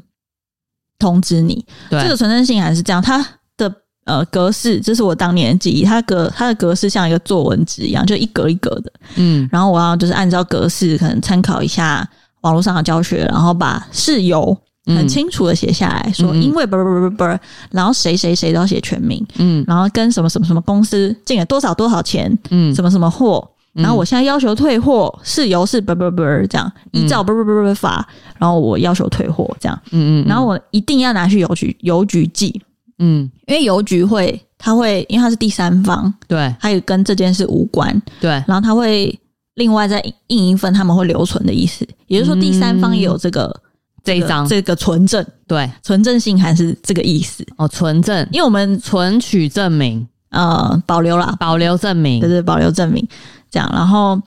A: 通知你。
B: 对
A: 这个存证信函是这样，它的呃格式，这是我当年的记忆，它格它的格式像一个作文纸一样，就一格一格的。
B: 嗯
A: 然后我要就是按照格式，可能参考一下网络上的教学，然后把事由很
B: 嗯
A: 清楚的写下来，说
B: 嗯嗯
A: 因为不不不不不，然后谁谁谁都要写全名，
B: 嗯
A: 然后跟什么什么什么公司进了多少多少钱，
B: 嗯，
A: 什么什么货。
B: 嗯
A: 然后我现在要求退货，事由是不不不这样，依照不不不不法，然后我要求退货这样，
B: 嗯嗯，
A: 然后我一定要拿去邮局邮局寄，
B: 嗯，
A: 因为邮局会，他会，因为他是第三方，
B: 对
A: 他也跟这件事无关，
B: 对，
A: 然后他会另外再印一份他们会留存的意思，也就是说，第三方也有这个、
B: 这一张
A: 这个存证，
B: 对
A: 存证信函是这个意思，
B: 哦，存证、
A: 因为我们
B: 存取证明、
A: 呃保留啦，
B: 保留证明
A: 就，是保留证明这样，然后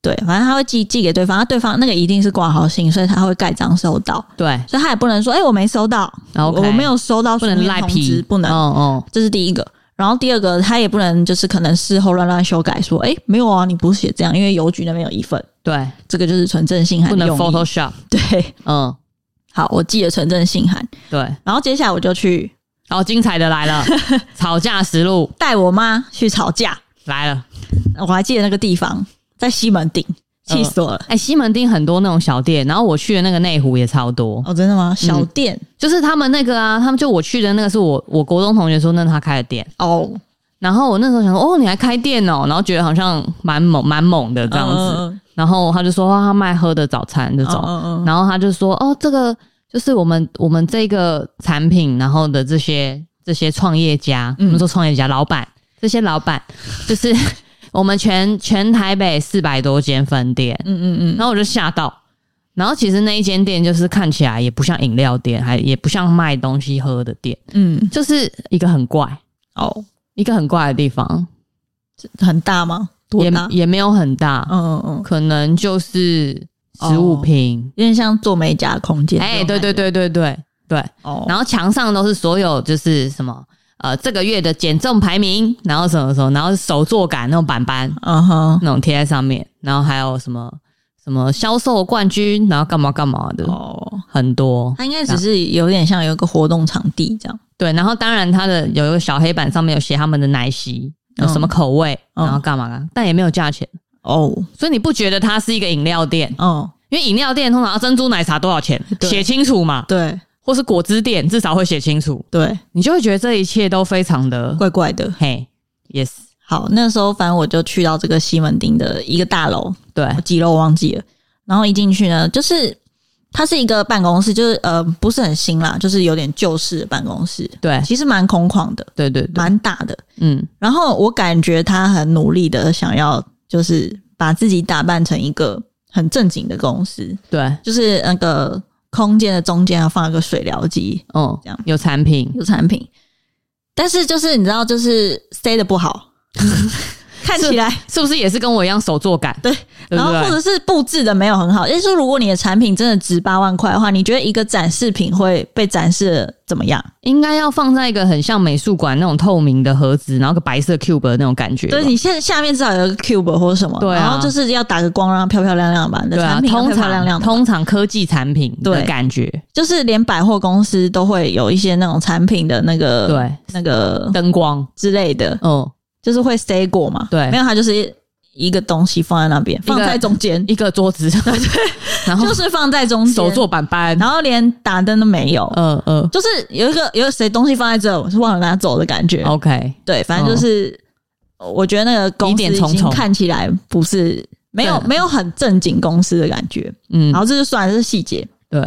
A: 对，反正他会寄寄给对方，那对方那个一定是挂号信，所以他会盖章收到，
B: 对，
A: 所以他也不能说，哎、我没收到
B: OK
A: 我没有收到
B: 不
A: 书
B: 能
A: 面
B: 赖
A: 通
B: 皮
A: 知，，不能，
B: 哦哦，
A: 这是第一个。然后第二个，他也不能就是可能事后乱乱修改，说，哎，没有啊，你不是写这样，因为邮局那边有一份，
B: 对，
A: 这个就是纯正信函
B: 不能
A: 用意
B: Photoshop，
A: 对，
B: 嗯，
A: 好，我记了纯正信函，
B: 对。
A: 然后接下来我就去
B: 哦，精彩的来了， 吵架实录
A: 带我妈去吵架，
B: 来了。
A: 我还记得那个地方在西门町，气死我了。
B: 哎、西门町很多那种小店，然后我去的那个内湖也超多，
A: 哦，真的吗？小店、
B: 就是他们那个啊，他们就我去的那个是我我国中同学说那是他开的店，
A: 哦，
B: 然后我那时候想说哦你还开店哦，然后觉得好像蛮猛蛮猛的这样子，
A: 嗯
B: 然后他就说啊他卖喝的早餐这
A: 嗯
B: 种，
A: 嗯嗯嗯
B: 然后他就说：“哦，这个就是我们我们这个产品，然后的这些这些创业家，
A: 嗯
B: 我们说创业家老板，这些老板就是 我们全全台北四百多间分店。
A: 嗯嗯嗯，
B: 然后我就吓到。然后其实那一间店就是看起来也不像饮料店，还也不像卖东西喝的店，
A: 嗯，
B: 就是一个很怪，
A: 哦，
B: 一个很怪的地方，
A: 很大吗？多
B: 也
A: 大？
B: 也没有很大，
A: 嗯嗯嗯，
B: 可能就是十
A: 哦
B: 五平。
A: 有点像做美甲的空间。
B: 哎、对对，对对对对。”
A: 哦，
B: 然后墙上都是所有就是什么呃这个月的减重排名，然后什么什么，然后手作感那种板板
A: 嗯哼，
B: 那种贴在上面，然后还有什么什么销售冠军，然后干嘛干嘛的，
A: 哦，
B: 很多。
A: 它应该只是有点像有一个活动场地这样，
B: 对，然后当然它的有一个小黑板上面有写他们的奶昔有什么口味，
A: 嗯
B: 然后干嘛干嘛，但也没有价钱，
A: 哦
B: 所以你不觉得它是一个饮料店？
A: 哦，
B: 因为饮料店通常珍珠奶茶多少钱
A: 对
B: 写清楚嘛，
A: 对
B: 或是果汁店至少会写清楚，
A: 对，
B: 你就会觉得这一切都非常的
A: 怪怪的。
B: 嘿，yes，
A: 好，那时候反正我就去到这个西门町的一个大楼，
B: 对，
A: 几楼我忘记了。然后一进去呢，就是它是一个办公室，就是呃不是很新啦，就是有点旧式的办公室，
B: 对，
A: 其实蛮空旷的，
B: 对对对，
A: 蛮大的。
B: 嗯，
A: 然后我感觉他很努力的想要，就是把自己打扮成一个很正经的公司，
B: 对，
A: 就是那个空间的中间要放一个水疗机，
B: 嗯
A: 这样，
B: 有产品，
A: 有产品。但是就是你知道，就是 stay 的不 好，看起来
B: 是不是也是跟我一样手作感？
A: 对，
B: 对
A: 然
B: 不
A: 后或
B: 对？
A: 者是布置的没有很好。也就是说，如果你的产品真的值八万块的话，你觉得一个展示品会被展示的怎么样？
B: 应该要放在一个很像美术馆那种透明的盒子，然后个白色 cube 的那种感觉吧。
A: 对，你现在下面至少有一个 cube 或者什么，
B: 啊对啊
A: 然后就是要打个光，让它漂漂亮亮吧。你的
B: 对啊，
A: 产品要
B: 通
A: 漂漂亮
B: 常
A: 亮的吧，
B: 通常科技产品的
A: 对
B: 感觉，
A: 就是连百货公司都会有一些那种产品的那个
B: 对
A: 那个
B: 灯光，
A: 之类的，
B: 嗯，
A: 就是会 stay 过嘛。
B: 对
A: 没有它就是一个东西放在那边，放在中间，
B: 一个桌 子， 然后
A: 就是放在中间，
B: 哦手做，板板，
A: 然后连打灯都没有，
B: 嗯嗯
A: 就是有一个有谁东西放在这，我是忘了拿走的感觉。
B: ，OK，
A: 对，反正就是、我觉得那个公
B: 哦疑
A: 司
B: 点
A: 已
B: 重
A: 经
B: 重
A: 看起来不是没有
B: 对啊
A: 没有很正经公司的感觉。
B: 嗯
A: 然，后这就算了这是细节，
B: 对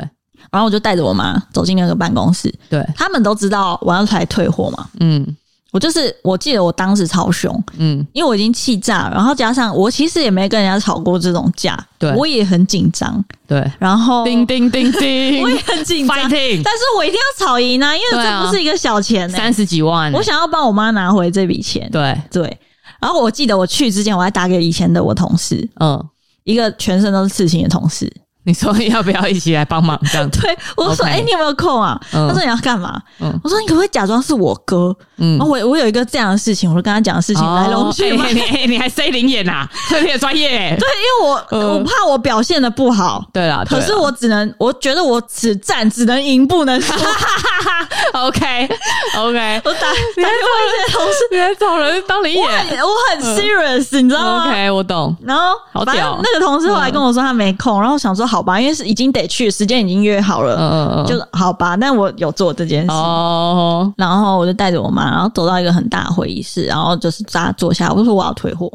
A: 然后我就带着我妈走进那个办公室，
B: 对，
A: 他们都知道我要来退货嘛。
B: 嗯
A: 我就是，我记得我当时超凶，
B: 嗯，
A: 因为我已经气炸，然后加上我其实也没跟人家吵过这种架，
B: 对
A: 我也很紧张，
B: 对，
A: 然后
B: 叮 叮叮
A: 哦我也
B: 叮
A: 很紧张，
B: ，fighting，
A: 但是我一定要吵赢啊，因为
B: 对
A: 这
B: 啊
A: 不是一个小钱、欸，
B: 三十几万，
A: 我想要帮我妈拿回这笔钱，
B: 对，
A: 对。然后我记得我去之前，我还打给以前的我同事，
B: 嗯，
A: 一个全身都是刺青的同事，
B: 你说要不要一起来帮忙这样子？
A: 对我说：“
B: OK
A: 哎、你有没有空啊？”
B: 嗯
A: 他说：“你要干嘛？”
B: 嗯
A: 我说：“你可不可以假装是我哥？”
B: 嗯
A: 然后我我有一个这样的事情，我就跟他讲事情、哦来龙去脉，
B: 哦哎你哎你还 C 零眼呐，这你也专业
A: 对，因
B: 欸。
A: 为我、
B: 呃
A: 我怕我表现的不好，
B: 对啊啦，
A: 可是我只能，我觉得我只战只能赢不 能输。
B: OK OK，
A: 我打打给我一些同事，
B: 你还找人当零
A: 我
B: 眼
A: 很我很 serious，、你知道啊吗
B: 嗯 OK，我懂。
A: 然后
B: 好
A: 反
B: 屌
A: 正那个同事后来跟我说他没空，然后我想说好吧，因为是已经得去，时间已经约好
B: 嗯
A: 了，
B: 嗯嗯，
A: 就好吧。但我有做这件事，
B: 哦，
A: 然后我就带着我妈，然后走到一个很大的会议室，然后就是大家坐下，我就说我要退货。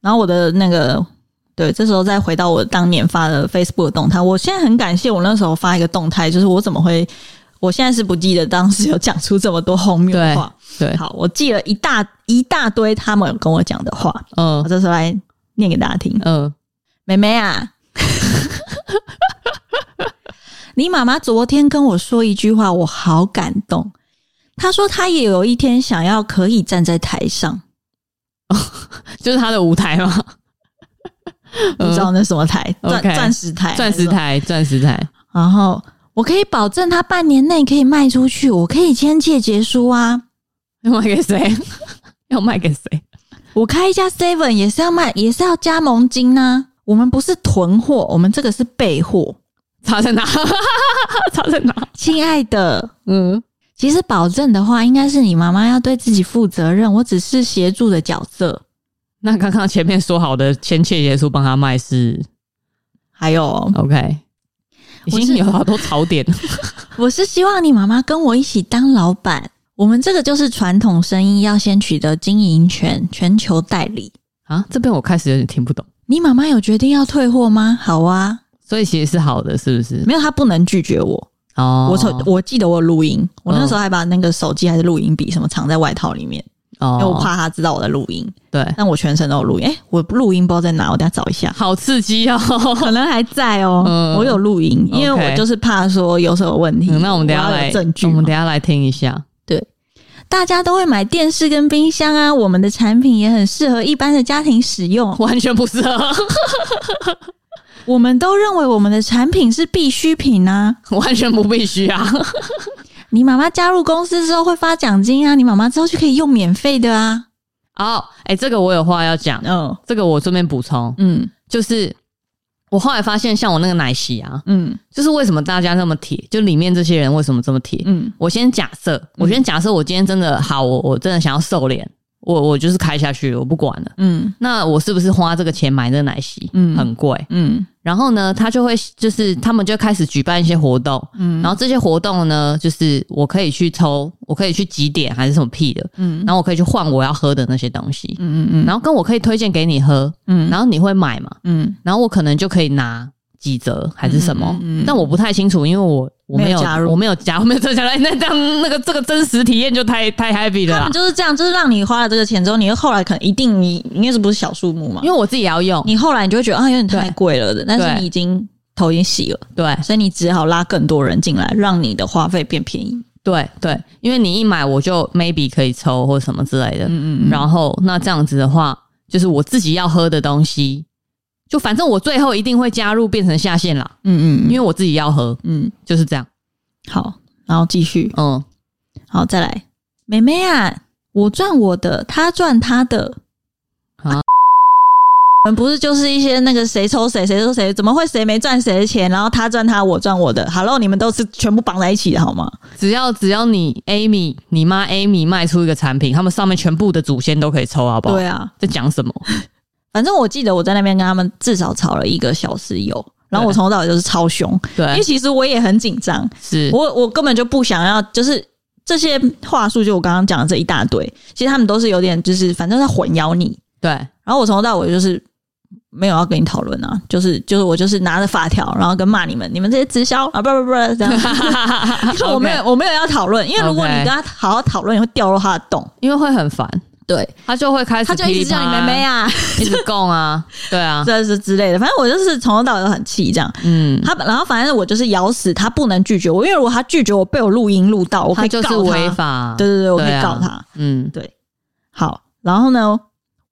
A: 然后我的那个对，这时候再回到我当年发的 Facebook 的动态，我现在很感谢我那时候发一个动态，就是我怎么会，我现在是不记得当时有讲出这么多荒谬的
B: 对
A: 话。
B: 对，
A: 好，我记了一大一大堆他们有跟我讲的话，
B: 嗯
A: 我这时候来念给大家听。
B: 嗯，
A: 妹妹啊， 你妈妈昨天跟我说一句话，我好感动。她说她也有一天想要可以站在台上，
B: 就是他的舞台嘛，
A: 你知道那什么台？钻
B: 嗯 OK
A: 钻石台，
B: 钻石。台，钻石台，
A: 然后我可以保证她半年内可以卖出去，我可以签借结书啊。
B: 要卖给谁？ 要卖给谁？
A: 我开一家 Seven 也是要卖，也是要加盟金呢、我们不是囤货，我们这个是备货。
B: 差在哪？ 差在哪？
A: 亲爱的，
B: 嗯，
A: 其实保证的话，应该是你妈妈要对自己负责任，我只是协助的角色。
B: 那刚刚前面说好的签切结束帮他卖是
A: 还
B: 嗯
A: 有，
B: OK，已
A: 我是
B: 经有好多槽 点。
A: 我是希望你妈妈跟我一起当老板。我们这个就是传统生意，要先取得经营权，全球代理。
B: 啊，这边我开始有点听不懂，
A: 你妈妈有决定要退货吗？好啊，
B: 所以其实是好的，是不是？
A: 没有，她不能拒绝我。
B: 哦，
A: 嗯我手，我记得我有录音，我那
B: 嗯
A: 时候还把那个手机还是录音笔什么藏在外套里面，因为我
B: 哦，
A: 怕她知道我在录音。
B: 对，
A: 但我全程都有录音，诶、我录音不知道在哪，我等下找一下。
B: 好刺 激哦。
A: 可能还在哦，
B: 嗯
A: 我有录音，因为
B: OK
A: 我就是怕说有什么问题。
B: 嗯那我们等一下
A: 要
B: 来
A: 有证据
B: 我
A: 嘛。
B: 们等一下来听一下。
A: 大家都会买电视跟冰箱啊，我们的产品也很适合一般的家庭使用。
B: 完全不适合，
A: 我 们都认为我们的产品是必需品啊。
B: 完全不必须啊！
A: 你妈妈加入公司之后会发奖金啊，你妈妈之后就可以用免费的啊。
B: 哦，哎、这个我有话要讲，
A: 嗯
B: 这个我顺便补充，
A: 嗯
B: 就是我后来发现，像我那个奶昔啊，
A: 嗯
B: 就是为什么大家那么铁，就里面这些人为什么这么铁？
A: 嗯
B: 我先假设，我先假设，我今天真的好，我我真的想要瘦脸，我我就是开下去，我不管了。
A: 嗯
B: 那我是不是花这个钱买这个奶昔？
A: 嗯
B: 嗯，很贵。
A: 嗯
B: 然后呢，他就会就是他们就开始举办一些活动，
A: 嗯
B: 然后这些活动呢，就是我可以去抽，我可以去集点还是什么屁的，
A: 嗯
B: 然后我可以去换我要喝的那些东西，
A: 嗯嗯
B: 然后跟我可以推荐给你喝，
A: 嗯
B: 然后你会买嘛？
A: 嗯
B: 然后我可能就可以拿几折还是什么，
A: 嗯嗯嗯
B: 但我不太清楚，因为我我没有
A: 没有加入
B: 我没有加，我没有这加入，哎 那这样那个这个真实体验就太太 happy 了
A: 他
B: 啦
A: 们，就是这样，就是让你花了这个钱之后，你后来可能一定你应该是不是小数目嘛？
B: 因为我自己也要用，
A: 你后来你就会觉得啊有点太贵了的，但是
B: 对
A: 你已经头已经洗了，
B: 对
A: 所以你只好拉更多人进来，让你的花费变便宜。
B: 对对，因为你一买我就 maybe 可以抽或什么之类的，
A: 嗯嗯
B: 然后那这样子的话，就是我自己要喝的东西，就反正我最后一定会加入变成下线啦，
A: 嗯
B: 因为我自己要喝，
A: 嗯，
B: 就是这样，
A: 好，然后继续，
B: 嗯，
A: 好再来，妹妹啊，我赚我的，她赚她的。
B: 啊
A: 我们不是就是一些那个谁抽谁谁抽谁，怎么会谁没赚谁的钱，然后他赚他，我赚我的？Hello，你们都是全部绑在一起的好吗？
B: 只要只要你 Amy 你妈 Amy 卖出一个产品，他们上面全部的祖先都可以抽，好不好？
A: 对啊，
B: 在 讲什么？
A: 反正我记得我在那边跟他们至少吵了一个小时有，然后我从头到尾就是超凶，因为
B: 对，
A: 其实我也很紧张，
B: 哎是，
A: 我我根本就不想要，就是这些话术，就我刚刚讲的这一大堆，其实他们都是有点就是反正在混淆你，
B: 对，
A: 然后我从头到尾就是。没有要跟你讨论啊，就是就是我就是拿着法条，然后跟骂你们，你们这些直销啊，不不不，这 样，就是我没有
B: OK
A: 我没有要讨论，因为如果你
B: OK
A: 跟他好好讨论，你会掉入他的洞，
B: 因为会很烦，
A: 对，
B: 他就会开始
A: 他就一直叫你妹妹
B: 啊，
A: 啊，
B: 一直供啊，对 啊，
A: 这是之类的，反正我就是从头到尾都很气这样。
B: 嗯，
A: 他然后反正我就是咬死他不能拒绝我，因为如果他拒绝我被我录音录到，我可
B: 他
A: 以
B: 就
A: 告
B: 是违法，
A: 对对对，我可以
B: 啊
A: 告他。
B: 嗯，
A: 好，然后呢，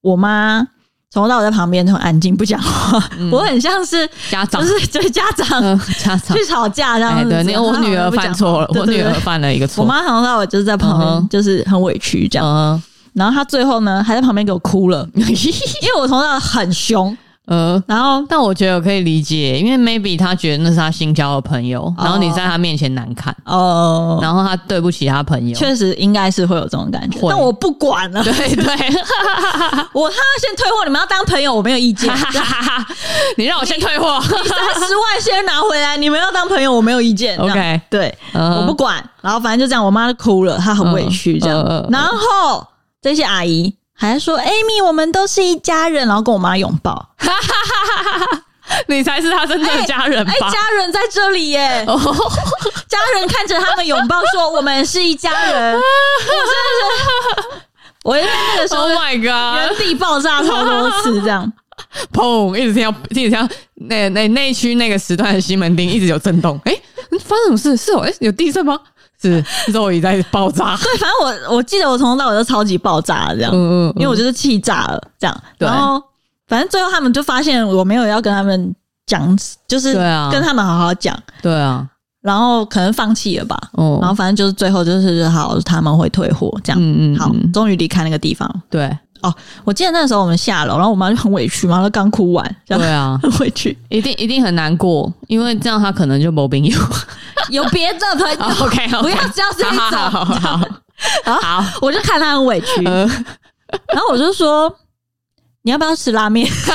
A: 我妈从头到尾在旁边都很安静不讲话，
B: 嗯
A: 我很像是
B: 家长
A: 就，是就是家长
B: 嗯， 家长
A: 去，吵架这
B: 哎，
A: 样子。
B: 对，那个我
A: 然后
B: 女儿
A: 不讲
B: 犯错了，
A: 对
B: 我
A: 对
B: 女儿
A: 对
B: 犯了一个
A: 我
B: 错，
A: 妈从头到尾就是在旁
B: 嗯哼
A: 边，就是很委屈这样。
B: 嗯，
A: 然后她最后呢，还在旁边给我哭 了，因为我从头到尾很凶，
B: 呃，
A: 然后
B: 但我觉得我可以理解，因为 maybe 他觉得那是他新交的朋
A: 哦
B: 友，然后你在他面前难看，
A: 呃，
B: 然后他对不起他朋友，
A: 确实应该是会有这种感觉，
B: 会
A: 但我不管了。
B: 对对，
A: 我他要先退货，你们要当朋友，我没有意 见。
B: 哈哈哈！ 你让我先退货
A: 三十万先拿回来，你们要当朋友，我没有意见。这样
B: ，OK，
A: 对，
B: 嗯
A: 我不管。然后反正就这样，我妈就哭了，她很委屈这样。
B: 嗯嗯嗯
A: 然后这些阿姨还说：“Amy，我们都是一家人。”然后跟我妈拥抱。
B: 你才是他真正的家人吧
A: 哎，？家人在这里 耶！
B: 哦，
A: 家人看着他们拥抱，说：“我们是一家人。”我真的是，我因为那个时候
B: Oh my
A: 原
B: god！
A: 地爆炸超多次这样。
B: 砰！一直听到，一直听到那那那一区那个时段的西门町一直有震动。哎、嗯发生什么事？是哦，哎、有地震吗？是肉已在爆炸。
A: 对，反正我我记得我从头到尾都超级爆炸这样。
B: 嗯嗯，
A: 因为我就是气炸了，这样。
B: 对
A: 然后反正最后他们就发现我没有要跟他们讲，就是
B: 对啊
A: 跟他们好好讲，
B: 对啊，
A: 然后可能放弃了吧。
B: 哦，
A: 然后反正就是最后就是好，他们会退货这样。
B: 嗯嗯，
A: 好
B: 嗯，
A: 终于离开那个地方。
B: 对
A: 我记得那时候我们下楼，然后我妈就很委屈嘛，她刚哭完，这
B: 对
A: 样
B: 啊，
A: 很委 屈。
B: 一定一定很难过，因为这样他可能就没朋 友。
A: 有别的朋友，
B: OK，
A: 不要只要这一
B: 哦好
A: 种。
B: 好好好好，
A: 我就看她很委屈，
B: 呃，
A: 然后我就说：“你要不要吃拉面？”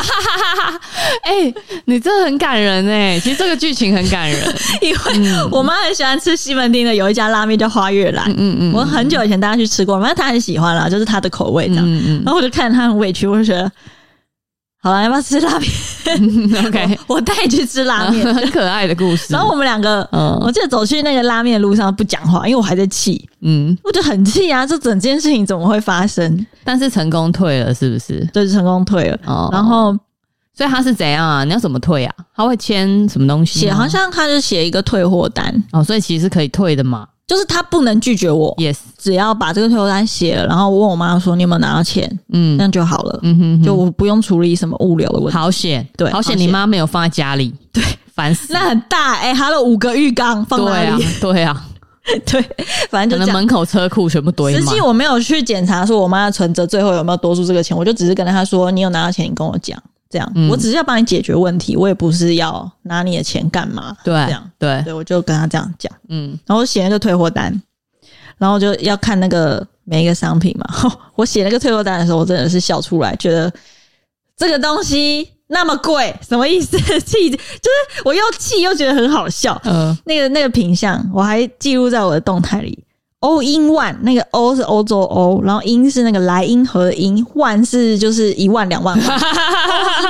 B: 哎，你真的很感人哎，其实这个剧情很 感人。
A: 因为我妈很喜欢吃西门町的有一家拉面叫花月兰，
B: 嗯嗯
A: 我很久以前带她去吃过，反正她很喜欢啦，就是她的口味这样。
B: 嗯
A: 然后我就看她很委屈，我就觉得，好啊了，要不要吃拉面？
B: 嗯，OK，
A: 我带你去吃拉面。
B: 很可爱的故事。
A: 然后我们两个，
B: 嗯
A: 我记得走去那个拉面的路上不讲话，因为我还在气，
B: 嗯，
A: 我就很气啊！这整件事情怎么会发生？
B: 但是成功退了是不是？
A: 对，成功退了。
B: 哦，
A: 然后
B: 所以他是怎样啊？你要怎么退啊？他会签什么东西
A: 写
B: 吗？
A: 好像他就写一个退货单，
B: 哦，所以其实可以退的嘛。
A: 就是他不能拒绝我，
B: Yes，
A: 只要把这个退货单写了，然后我问我妈说你有没有拿到钱，
B: 嗯
A: 那就好了。
B: 嗯哼，
A: 就我不用处理什么物流的问题。
B: 好险，
A: 对
B: 好
A: 好
B: 险
A: 险
B: 你妈没有放在家里，对，烦死。
A: 那很大哎、欸，还有五个浴缸放
B: 对
A: 哪
B: 啊
A: 里？，
B: 对啊，
A: 对，反正
B: 可
A: 就
B: 能
A: 这样。
B: 门口车库全部堆
A: 实
B: 满
A: 际。我没有去检查说我妈的存折最后有没有多出这个钱，我就只是跟她说，你有拿到钱，你跟我讲，这样，
B: 嗯
A: 我只是要帮你解决问题，我也不是要拿你的钱干嘛，这
B: 对
A: 样，
B: 对，
A: 对，我就跟她这样讲，
B: 嗯，
A: 然后我写那个退货单，然后就要看那个每一个商品嘛， 我写那个退货单的时候，我真的是笑出来，觉得这个东西那么贵，什么意思？ 气就是我又气又觉得很好笑，
B: 呃，
A: 那个那个品相，我还记录在我的动态里。欧英万，那个欧是欧洲欧，然后英是那个莱茵河的英，万是就是一万两万万，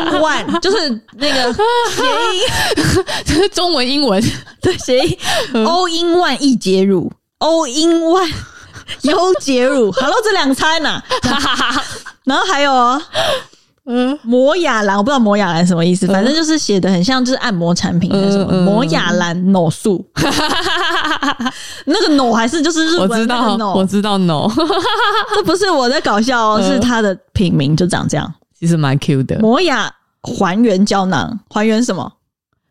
A: 欧英万就是那个谐音，
B: 这是中文、英文，
A: 对谐音，
B: 嗯
A: 欧英万易洁乳，欧英万 优洁乳。Hello，这两个差在哪？然后还有哦，
B: 嗯
A: 摩雅兰，我不知道摩雅兰什么意思，反正就是写的很像就是按摩产品还是什么
B: 嗯嗯
A: 摩雅兰脑素，那个脑还是就是日
B: 我
A: 文
B: 知
A: 那
B: 道
A: 个，脑
B: 我，知道，no，
A: 这不是我在搞笑哦，
B: 嗯
A: 是它的品名就长这样，
B: 其实蛮 Q 的。
A: 摩雅还原胶囊，还原什么？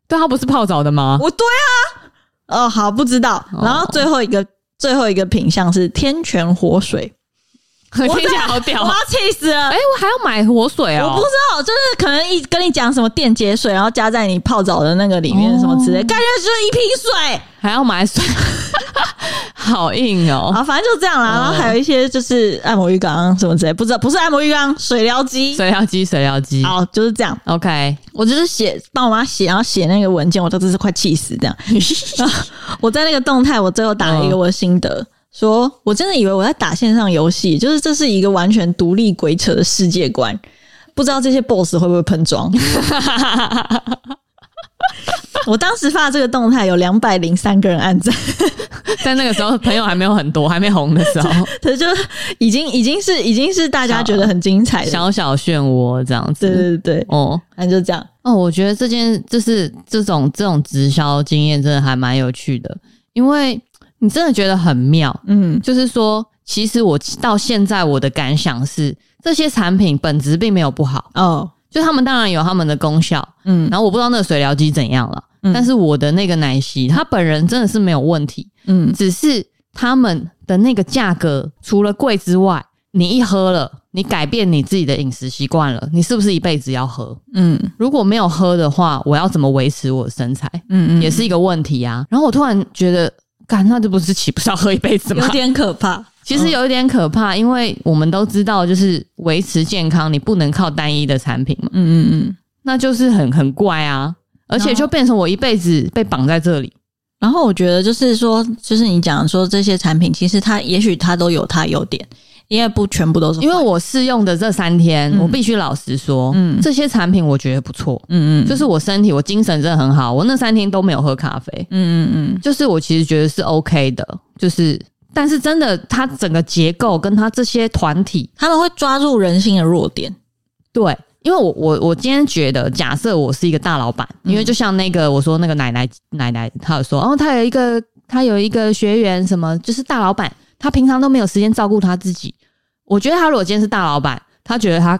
B: 对，它不是泡澡的吗？
A: 我对啊，哦好不知道，
B: 哦
A: 然后最后一个最后一个品相是天泉活水，
B: 听起来好屌
A: 我要。气死了
B: 哎，。我还要买活水
A: 我
B: 哦。
A: 不知道，就是可能一跟你讲什么电解水，然后加在你泡澡的那个里面
B: 哦
A: 什么之类，感觉就是一瓶水。
B: 还要买 水，好硬
A: 然
B: 哦！
A: 后反正就这样啦。然后
B: 哦
A: 还有一些就是按摩浴缸什么之类，不知道不是按摩浴缸，水疗机。
B: 水疗机，水疗机
A: 好，就是这样。
B: ，OK，
A: 我就是写帮我妈写，然后写那个文件，我都真是快气死这 样。然后我在那个动态，我最后打了一个我的心
B: 嗯
A: 得，说我真的以为我在打线上游戏，就是这是一个完全独立鬼扯的世界观，不知道这些 BOSS 会不会喷 装。我当时发这个动态有两百零三个人按赞，
B: 但那个时候朋友还没有很多，还没红的时候，
A: 可是就已经已经是已经是大家觉得很精彩的，
B: 小小漩涡这样
A: 对
B: 子。
A: 对对，对
B: 哦
A: 反正就这样。
B: 哦，我觉得这件就是这种这种直销经验真的还蛮有趣的，因为你真的觉得很妙。
A: 嗯，
B: 就是说，其实我到现在我的感想是，这些产品本质并没有不好，
A: 哦，
B: 就他们当然有他们的功效，
A: 嗯
B: 然后我不知道那个水疗机怎样了，
A: 嗯
B: 但是我的那个奶昔，它本人真的是没有问题，
A: 嗯
B: 只是他们的那个价格除了贵之外，你一喝了，你改变你自己的饮食习惯了，你是不是一辈子要喝？
A: 嗯
B: 如果没有喝的话，我要怎么维持我的身材？
A: 嗯嗯，
B: 也是一个问题啊。然后我突然觉得，干，那这不是岂不是要喝一辈子吗？
A: 有点可怕。
B: 其实有一点可怕，因为我们都知道，就是维持健康，你不能靠单一的产品嘛，
A: 嗯嗯嗯。
B: 那就是很很怪啊，而且就变成我一辈子被绑在这里。
A: 然后我觉得就是说，就是你讲说这些产品，其实它也许它都有它优点，因为不全部都是坏
B: 因为我试用的这三天，
A: 嗯
B: 我必须老实说，
A: 嗯
B: 这些产品我觉得不错，
A: 嗯嗯，
B: 就是我身体我精神真的很好，我那三天都没有喝咖啡，
A: 嗯嗯
B: 就是我其实觉得是 OK 的，就是但是真的它整个结构跟它这些团体
A: 他们会抓住人性的弱点，
B: 对，因为我我我今天觉得，假设我是一个大老板，
A: 嗯
B: 因为就像那个我说那个奶奶奶奶，她有说，哦，她有一个她有一个学员，什么就是大老板，他平常都没有时间照顾他自己。我觉得他如果今天是大老板，他觉得他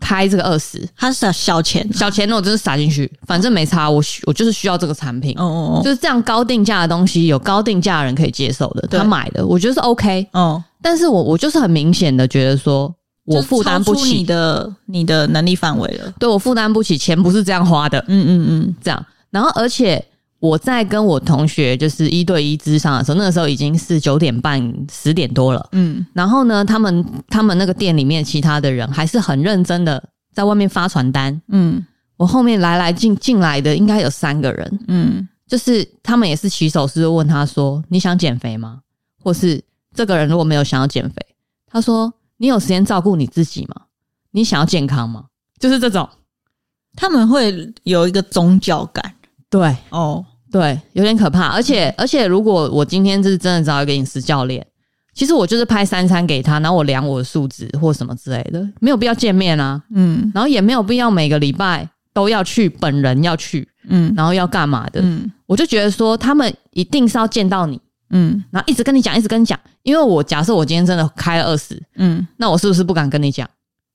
B: 开这个二十
A: 它是小小钱，
B: 小钱，我真是撒进去，反正没差，我需我就是需要这个产品，
A: 哦哦
B: 就是这样高定价的东西，有高定价的人可以接受的，
A: 对
B: 他买的，我觉得是 OK。
A: 哦哦，
B: 但是我我就是很明显的觉得说，我
A: 就是
B: 负担不
A: 超出
B: 起
A: 你，的你的能力范围了。
B: 对我负担不起，钱不是这样花的，
A: 嗯嗯嗯
B: 这样。然后，而且我在跟我同学就是一对一咨商的时候，那个时候已经是九点半、十点多了。
A: 嗯
B: 然后呢，他们他们那个店里面其他的人还是很认真的在外面发传单。
A: 嗯
B: 我后面来来进进来的应该有三个人，
A: 嗯
B: 就是他们也是起手式问他说：“你想减肥吗？”或是这个人如果没有想要减肥，他说：“你有时间照顾你自己吗？你想要健康吗？”就是这种，
A: 他们会有一个宗教感
B: 对，
A: 哦，
B: 对，有点可怕。而
A: 嗯
B: 且而且，如果我今天是真的找一个饮食教练，其实我就是拍三餐给他，然后我量我的数值或什么之类的，没有必要见面啊，
A: 嗯
B: 然后也没有必要每个礼拜都要去，本人要去，
A: 嗯
B: 然后要干嘛的。
A: 嗯
B: 我就觉得说，他们一定是要见到你，
A: 嗯
B: 然后一直跟你讲，一直跟你讲。因为我假设我今天真的开了二十，
A: 嗯，
B: 那我是不是不敢跟你讲？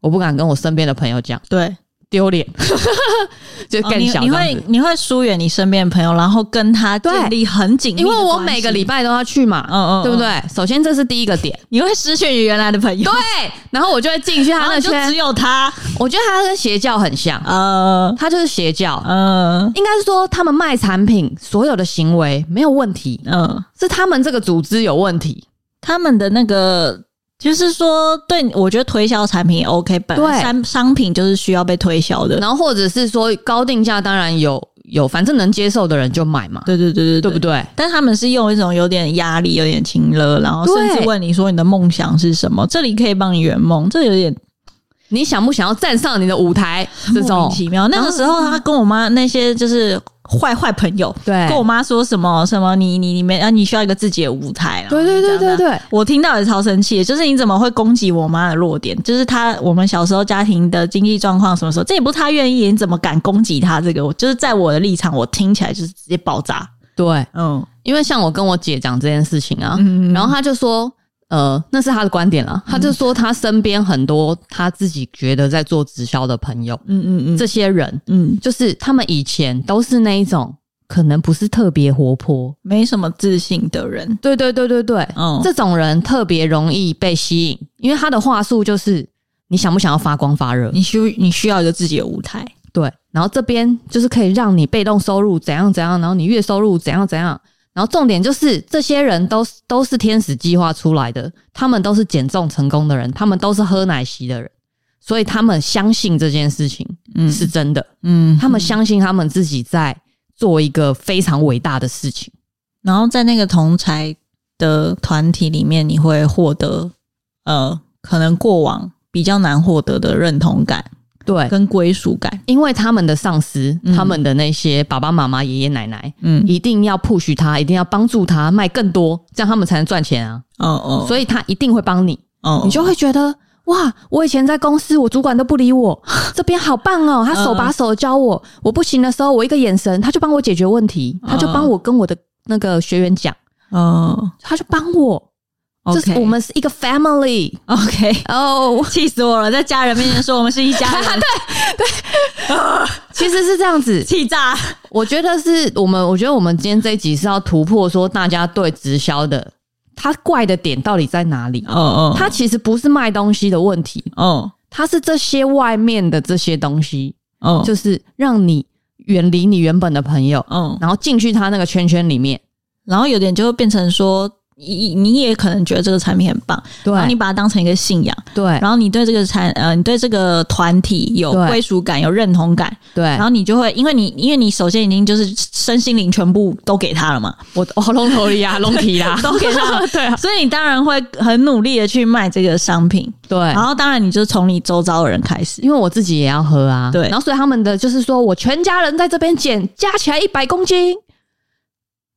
B: 我不敢跟我身边的朋友讲，
A: 对，
B: 丢脸， 就
A: 哦
B: 更
A: 你
B: 小、
A: 你会你会疏远你身边的朋友，然后跟他建立很紧密
B: 因
A: 的
B: 为
A: 关系，
B: 我每个礼拜都要去嘛，
A: 嗯嗯嗯
B: 对不对？首先这是第一个点，
A: 你会失去你原来的朋友
B: 对，，啊然后我就会进 去
A: 然
B: 他
A: 后
B: 那
A: 你就
B: 圈
A: 只，有他，
B: 我觉得他跟邪教很像，
A: 呃
B: 他就是邪教。
A: 呃
B: 应该是说，他们卖产品所有的行为没有问题，
A: 嗯，
B: 是他们这个组织有问题。
A: 他们的那个。就是说，对我觉得推销产品也 OK，本来
B: 对
A: 商商品就是需要被推销的，
B: 然后或者是说高定价，当然有有，反正能接受的人就买嘛，
A: 对对对对
B: 对不？对？
A: 但他们是用一种有点压力、有点情勒，然后甚至
B: 对
A: 问你说你的梦想是什么，这里可以帮你圆梦，这有点
B: 你想不想要站上你的舞台？这
A: 莫
B: 种
A: 名其妙。那个时候，他跟我妈那些就是坏坏朋友，
B: 对
A: 跟我妈说什么什么你你你没啊，你需要一个自己的舞台啊。
B: 对对对对对，
A: 我听到也超生气的，就是你怎么会攻击我妈的弱点？就是她我们小时候家庭的经济状况什么时候，这也不是她愿意，你怎么敢攻击她？这个我就是在我的立场，我听起来就是直接爆炸。
B: 对，
A: 嗯，
B: 因为像我跟我姐讲这件事情啊，
A: 嗯
B: 然后她就说，呃，那是她的观点啦，她就说她身边很多她自己觉得在做直销的朋友，
A: 嗯嗯嗯，
B: 这些人
A: 嗯
B: 就是他们以前都是那一种可能不是特别活泼，
A: 没什么自信的人。
B: 对对对对对，
A: 嗯，
B: 这种人特别容易被吸引，因为他的话术就是你想不想要发光发热，
A: 你需你需要一个自己的舞台。
B: 对，然后这边就是可以让你被动收入怎样怎样，然后你月收入怎样怎样，然后重点就是这些人都是都是天使计划出来的，他们都是减重成功的人，他们都是喝奶昔的人，所以他们相信这件事情
A: 嗯
B: 是真的，
A: 嗯，
B: 他们相信他们自己在做一个非常伟大的事情。
A: 然后在那个同才的团体里面，你会获得呃，可能过往比较难获得的认同感
B: 对，
A: 跟归属感。
B: 因为他们的上司，
A: 嗯
B: 他们的那些爸爸妈妈、爷爷奶奶，
A: 嗯，
B: 一定要 push 他，一定要帮助他卖更多，这样他们才能赚钱啊。
A: 哦哦，
B: 所以他一定会帮你。
A: 哦，
B: 你就会觉得哇，我以前在公司，我主管都不理我， 这边好棒哦，他手把手地教我，我不行的时候，我一个眼神，他就帮我解决问题，
A: 嗯
B: 他就帮我跟我的那个学员讲，
A: 哦
B: 他就帮我。这是
A: ，OK，
B: 我们是一个 family
A: OK，
B: 哦，
A: 气死我了，在家人面前说我们是一家人，
B: 其实是这样子。
A: 气炸。
B: 我觉得是我们，我觉得我们今天这一集是要突破说大家对直销的他怪的点到底在哪里？
A: 哦哦，
B: 他其实不是卖东西的问题，
A: 哦
B: 他是这些外面的这些东西
A: 哦，
B: 就是让你远离你原本的朋友，
A: 嗯，
B: 然后进去他那个圈圈里面。
A: 然后有点就会变成说，你你也可能觉得这个产品很棒，然后你
B: 对
A: 把它当成一个信仰。
B: 对
A: 然后你对这个产呃，你对这个团体有
B: 对
A: 归属感、有认同感，然
B: 对，
A: 后你就会，因为你因为你首先已经就是身心灵全部都给他了嘛，
B: 我 我龙头里啊，龙皮啦，
A: 都给他了，
B: 对啊，
A: 所以你当然会很努力的去卖这个商品，
B: 对
A: 然，后当然你就从你周遭的人开始，
B: 哎因为我自己也要喝啊，
A: 对
B: 然后所以他们的就是说我全家人在这边减，加起来一百公斤。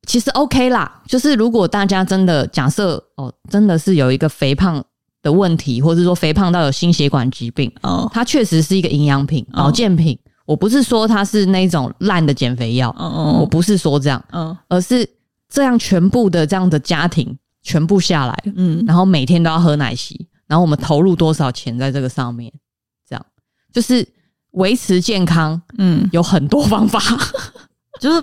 B: 其实 OK 啦，就是如果大家真的假设哦，真的是有一个肥胖的问题，或者说肥胖到有心血管疾病，
A: 哦
B: 它确实是一个营养品、
A: 哦
B: 保健品。我不是说它是那种烂的减肥药，
A: 哦
B: 我
A: 哦
B: 不是说这样，
A: 哦，
B: 而是这样全部的这样的家庭全部下来，
A: 嗯
B: 然后每天都要喝奶昔，然后我们投入多少钱在这个上面，这样就是维持健康
A: 嗯，
B: 有很多方法。
A: 就是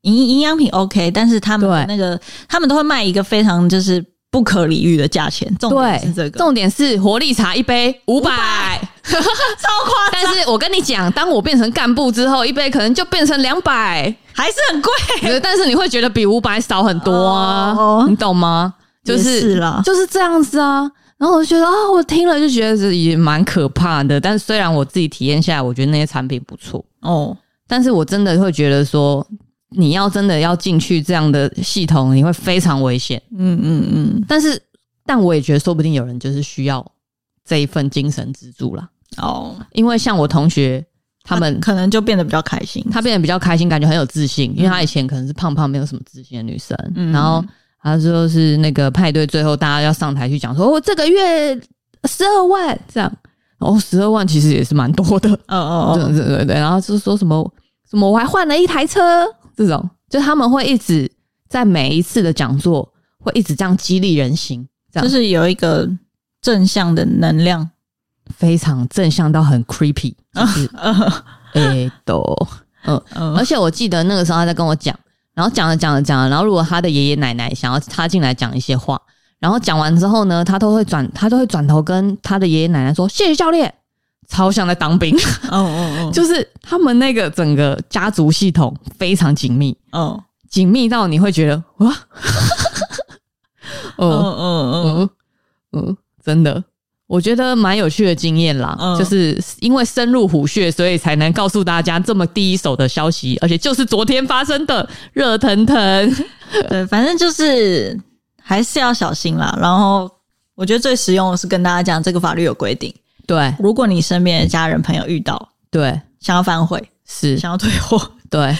A: 营营养品 OK，但是他们的那
B: 对
A: 个他们都会卖一个非常就是不可理喻的价钱， 重点
B: 对
A: 是，这个
B: 重点是活力茶一杯五百，
A: 超夸
B: 但是我跟你讲，当我变成干部之后，一杯可能就变成两百，
A: 还是很贵，
B: 但是你会觉得比五百少很多啊，
A: 哦
B: 你懂吗？就
A: 也
B: 是
A: 是啦
B: 就是这样子啊。然后我就觉得啊、我听了就觉得这也蛮可怕的。但虽然我自己体验下来，我觉得那些产品不错，
A: 哦，
B: 但是我真的会觉得说，你要真的要进去这样的系统，你会非常危险。
A: 嗯嗯嗯，
B: 但是，但我也觉得，说不定有人就是需要这一份精神支柱啦。
A: 哦，
B: 因为像我同学他们，
A: 可能就变得比较开心，
B: 她变得比较开心，感觉很有自信，因为她以前可能是胖胖没有什么自信的女生，
A: 嗯
B: 然后她就是那个派对最后大家要上台去讲说，我、哦这个月十二万这样，然后十二万其实也是蛮多的，
A: 哦哦
B: 对
A: 哦，
B: 对对对，然后就说什么什么我还换了一台车这种，就他们会一直在每一次的讲座会一直这样激励人心，这样
A: 就是有一个正向的能量
B: 非常正向到很 creepy，就是
A: 呃
B: 诶都嗯，
A: 嗯
B: 而且我记得那个时候他在跟我讲，然后讲着讲着讲着，然后如果他的爷爷奶奶想要插进来讲一些话，然后讲完之后呢，他都会转他都会转头跟他的爷爷奶奶说谢谢教练，超像在当兵，
A: 哦哦哦，
B: 就是他们那个整个家族系统非常紧密，
A: 哦
B: 紧密到你会觉得哇，
A: 哦
B: 哦
A: 哦哦，
B: 嗯嗯，真的，我觉得蛮有趣的经验啦，
A: 嗯
B: 就是因为深入虎穴，所以才能告诉大家这么第一手的消息，而且就是昨天发生的，热腾腾。
A: 对，反正就是还是要小心啦。然后我觉得最实用的是跟大家讲，这个法律有规定，
B: 对
A: 如果你身边的家人朋友遇到
B: 对
A: 想要反悔、
B: 是，
A: 想要退 货，
B: 对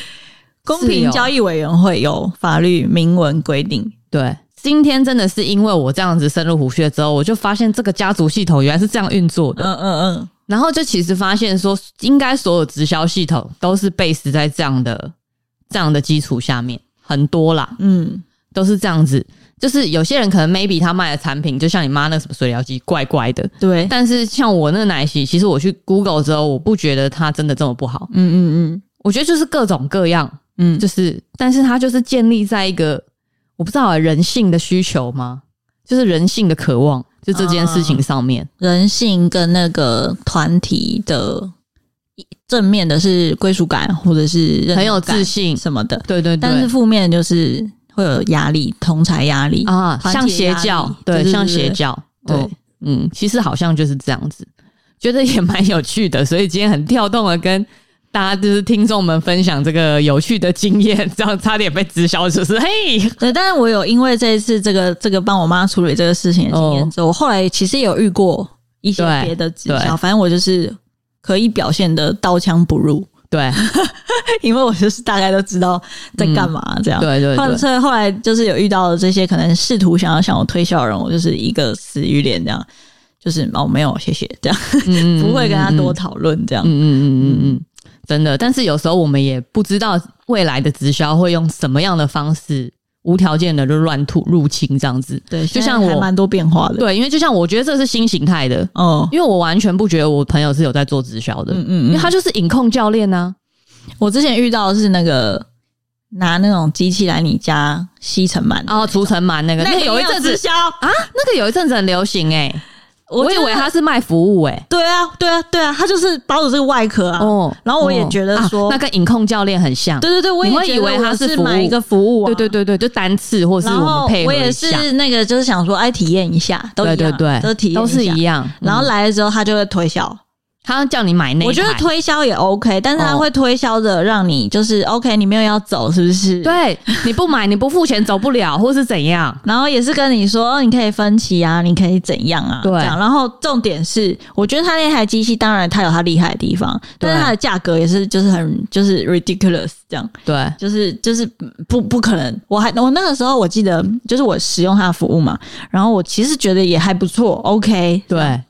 A: 公平交易委员会有法律明文规定。
B: 对。今天真的是因为我这样子深入虎穴之后，我就发现这个家族系统原来是这样运作的。
A: 嗯嗯嗯，
B: 然后就其实发现说，应该所有直销系统都是 base 在这样的这样的基础下面，很多啦，
A: 嗯，
B: 都是这样子。就是有些人可能 maybe 他卖的产品，就像你妈那个什么水疗机，怪怪的。
A: 对，
B: 但是像我那个奶昔，其实我去 Google 之后，我不觉得它真的这么不好。
A: 嗯嗯
B: 我觉得就是各种各样，
A: 嗯嗯，
B: 就是，但是它就是建立在一个我不知道、啊、人性的需求吗？就是人性的渴望，就这件事
A: 啊
B: 情上面。
A: 人性跟那个团体的正面的是归属感，或者是认同感
B: 很有自信
A: 什么的，
B: 对对对，
A: 但是负面就是会有压力，同才压力
B: 啊，
A: 团
B: 像
A: 体的
B: 邪
A: 压力
B: 教，
A: 对
B: 对，
A: 对
B: 像
A: 对
B: 邪教，
A: 对
B: 哦，嗯，其实好像就是这样子，觉得也蛮有趣的，所以今天很跳动的跟大家就是听众们分享这个有趣的经验，这样差点被直销，就是嘿，
A: 对，但是我有因为这一次这个这个帮我妈处理这个事情的经验
B: 哦
A: 之后，我后来其实也有遇过一些
B: 对
A: 别的直
B: 对
A: 销，反正我就是可以表现的刀枪不入，
B: 对
A: 因为我就是大概都知道在干嘛这样。
B: 对对
A: 后来
B: 对，
A: 所以后来就是有遇到这些可能试图想要向我推销的人，我就是一个死鱼脸这样，就是哦没有谢谢这样，
B: 嗯
A: 不会跟他多
B: 嗯
A: 讨论这样。
B: 嗯嗯嗯嗯嗯，真的，但是有时候我们也不知道未来的直销会用什么样的方式。无条件的就乱吐入侵这样子，
A: 对，
B: 就
A: 现在
B: 像
A: 还
B: 我，
A: 蛮多变化的。，
B: 对，因为就像我觉得这是新形态的，
A: 哦，
B: 因为我完全不觉得我朋友是有在做直销的，
A: 嗯
B: 因
A: 嗯嗯，
B: 为他就是影控教练
A: 啊
B: 呢、
A: 我之前遇到的是那个拿那种机器来你家吸尘螨的
B: 啊，哦，除尘螨那个，那个有一阵子
A: 销，
B: 啊，那个有一阵子很流行哎、我以
A: 觉得
B: 为他是卖服务哎、
A: 对啊，对啊，对啊，他就是包着这个外壳啊。
B: 哦，
A: 然后我也觉得说
B: 哦啊那跟影控教练很像，
A: 对对对，我
B: 你
A: 也
B: 会
A: 觉
B: 以
A: 得
B: 为
A: 我
B: 它是
A: 是
B: 服务
A: 买一个服务啊，
B: 对对对对，就单次或是
A: 然
B: 我
A: 后
B: 们配合
A: 我也
B: 一下，
A: 是那个，就是想说，哎，体验一下，都一
B: 对
A: 样
B: 对对，
A: 都体验
B: 都是一
A: 样。
B: 样。
A: 然后
B: 嗯
A: 来了之后，他就会推销。
B: 他叫你买那一台，哦
A: 我觉得推销也 OK，但是他会推销的让你就是 OK，你没有要走，是不是？。
B: 对，你不买你不付钱走不了，或是怎样？
A: 然后也是跟你说，哦，你可以分期啊，你可以怎样啊？
B: 对
A: 这样然后重点是，我觉得他那台机器当然它有它厉害的地方，
B: 对
A: 但是它的价格也是就是很就是 ridiculous 这样，
B: 对，
A: 就是就是不不可能。我还我那个时候我记得就是我使用它的服务嘛，然后我其实觉得也还不错，OK。
B: 对，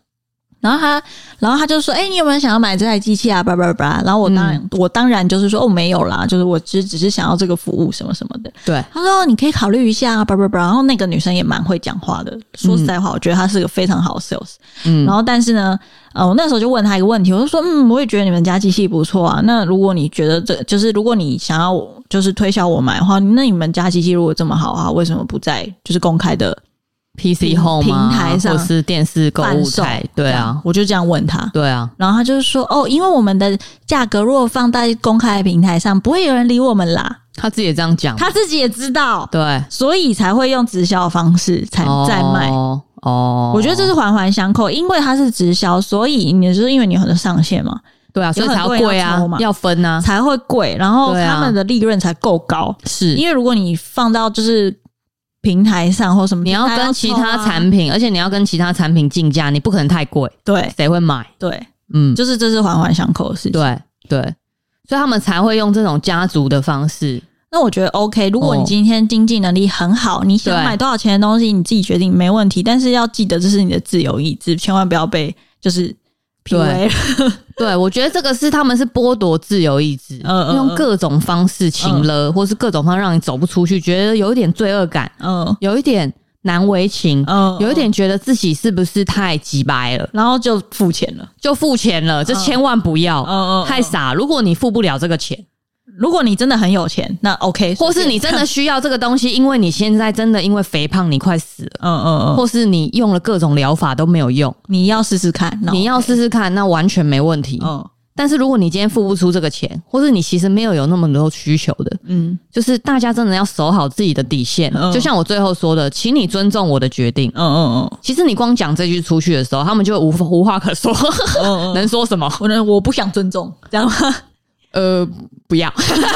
A: 然后他然后他就说，哎、你有没有想要买这台机器
B: 嗯
A: 啊？叭叭叭。然后我当然、我当然就是说，哦，没有啦，就是我只只是想要这个服务什么什么的。
B: 对，
A: 他说：“你可以考虑一下啊，叭叭叭。”然后那个女生也蛮会讲话的，说实在话，我觉得她是个非常好的 sales。
B: 嗯
A: 然后，但是呢，呃，我那时候就问她一个问题，我就说：“嗯，我也觉得你们家机器不错啊。那如果你觉得这就是，如果你想要我就是推销我买的话，那你们家机器如果这么好啊，为什么不在就是公开的
B: ，PC
A: 平
B: Home 啊
A: 平台上
B: 或是电视购
A: 贩
B: 物
A: 售
B: 台？”，对
A: 这样
B: 啊，
A: 我就这样问她。
B: 对啊，
A: 然后她就是说：“哦，因为我们的价格如果放在公开的平台上，不会有人理我们啦。
B: 他自己也这样讲”嘛，
A: 她自己也知道，
B: 对，
A: 所以才会用直销的方式才在卖。
B: 哦。哦
A: 我觉得这是环环相扣，因为它是直销，所以你就是因为你有很多上限嘛，
B: 对啊，所以才要
A: 有很多
B: 贵
A: 人要
B: 啊
A: 抽嘛，
B: 要分啊，
A: 才会贵，然后
B: 对啊
A: 他们的利润才够高。
B: 是
A: 因为如果你放到就是平台啊上或什么，
B: 你要跟其他
A: 品
B: 产品，而且你要跟其他产品竞价，你不可能太贵，
A: 对
B: 谁会买？
A: 对，
B: 嗯，
A: 就是这是环环相扣的事情。
B: 对对，所以他们才会用这种家族的方式，
A: 那我觉得 OK，如果你
B: 哦
A: 今天经济能力很好，你想
B: 对
A: 买多少钱的东西你自己决定没问题，但是要记得这是你的自由意志，千万不要被就是。
B: 对
A: PUA
B: 对，我觉得这个是他们是剥夺自由意志，
A: 嗯嗯
B: 用各种方式情勒，或是各种方式让你走不出去，觉得有一点罪恶感，
A: 嗯，
B: 有一点难为情，
A: 嗯
B: 有一点觉得自己是不是太急白了，
A: 然后就付钱了。
B: 就付钱了，这千万不要，
A: 嗯嗯嗯
B: 太傻。如果你付不了这个钱，
A: 如果你真的很有钱，那 OK，
B: 或是你真的需要这个东西，因为你现在真的因为肥胖你快死了，
A: 嗯嗯嗯，
B: 或是你用了各种疗法都没有用，
A: 你要试试看，那
B: 你要试试看，那完全没问题。
A: 嗯
B: 但是如果你今天付不出这个钱，或是你其实没有有那么多需求的，
A: 嗯
B: 就是大家真的要守好自己的底线。
A: 嗯
B: 就像我最后说的，请你尊重我的决定
A: 嗯。嗯嗯
B: 其实你光讲这句出去的时候，他们就无无 话可说，
A: 嗯，
B: 能说什么？
A: 我呢我不想尊重，这样吗？
B: 呃，不要， 不要，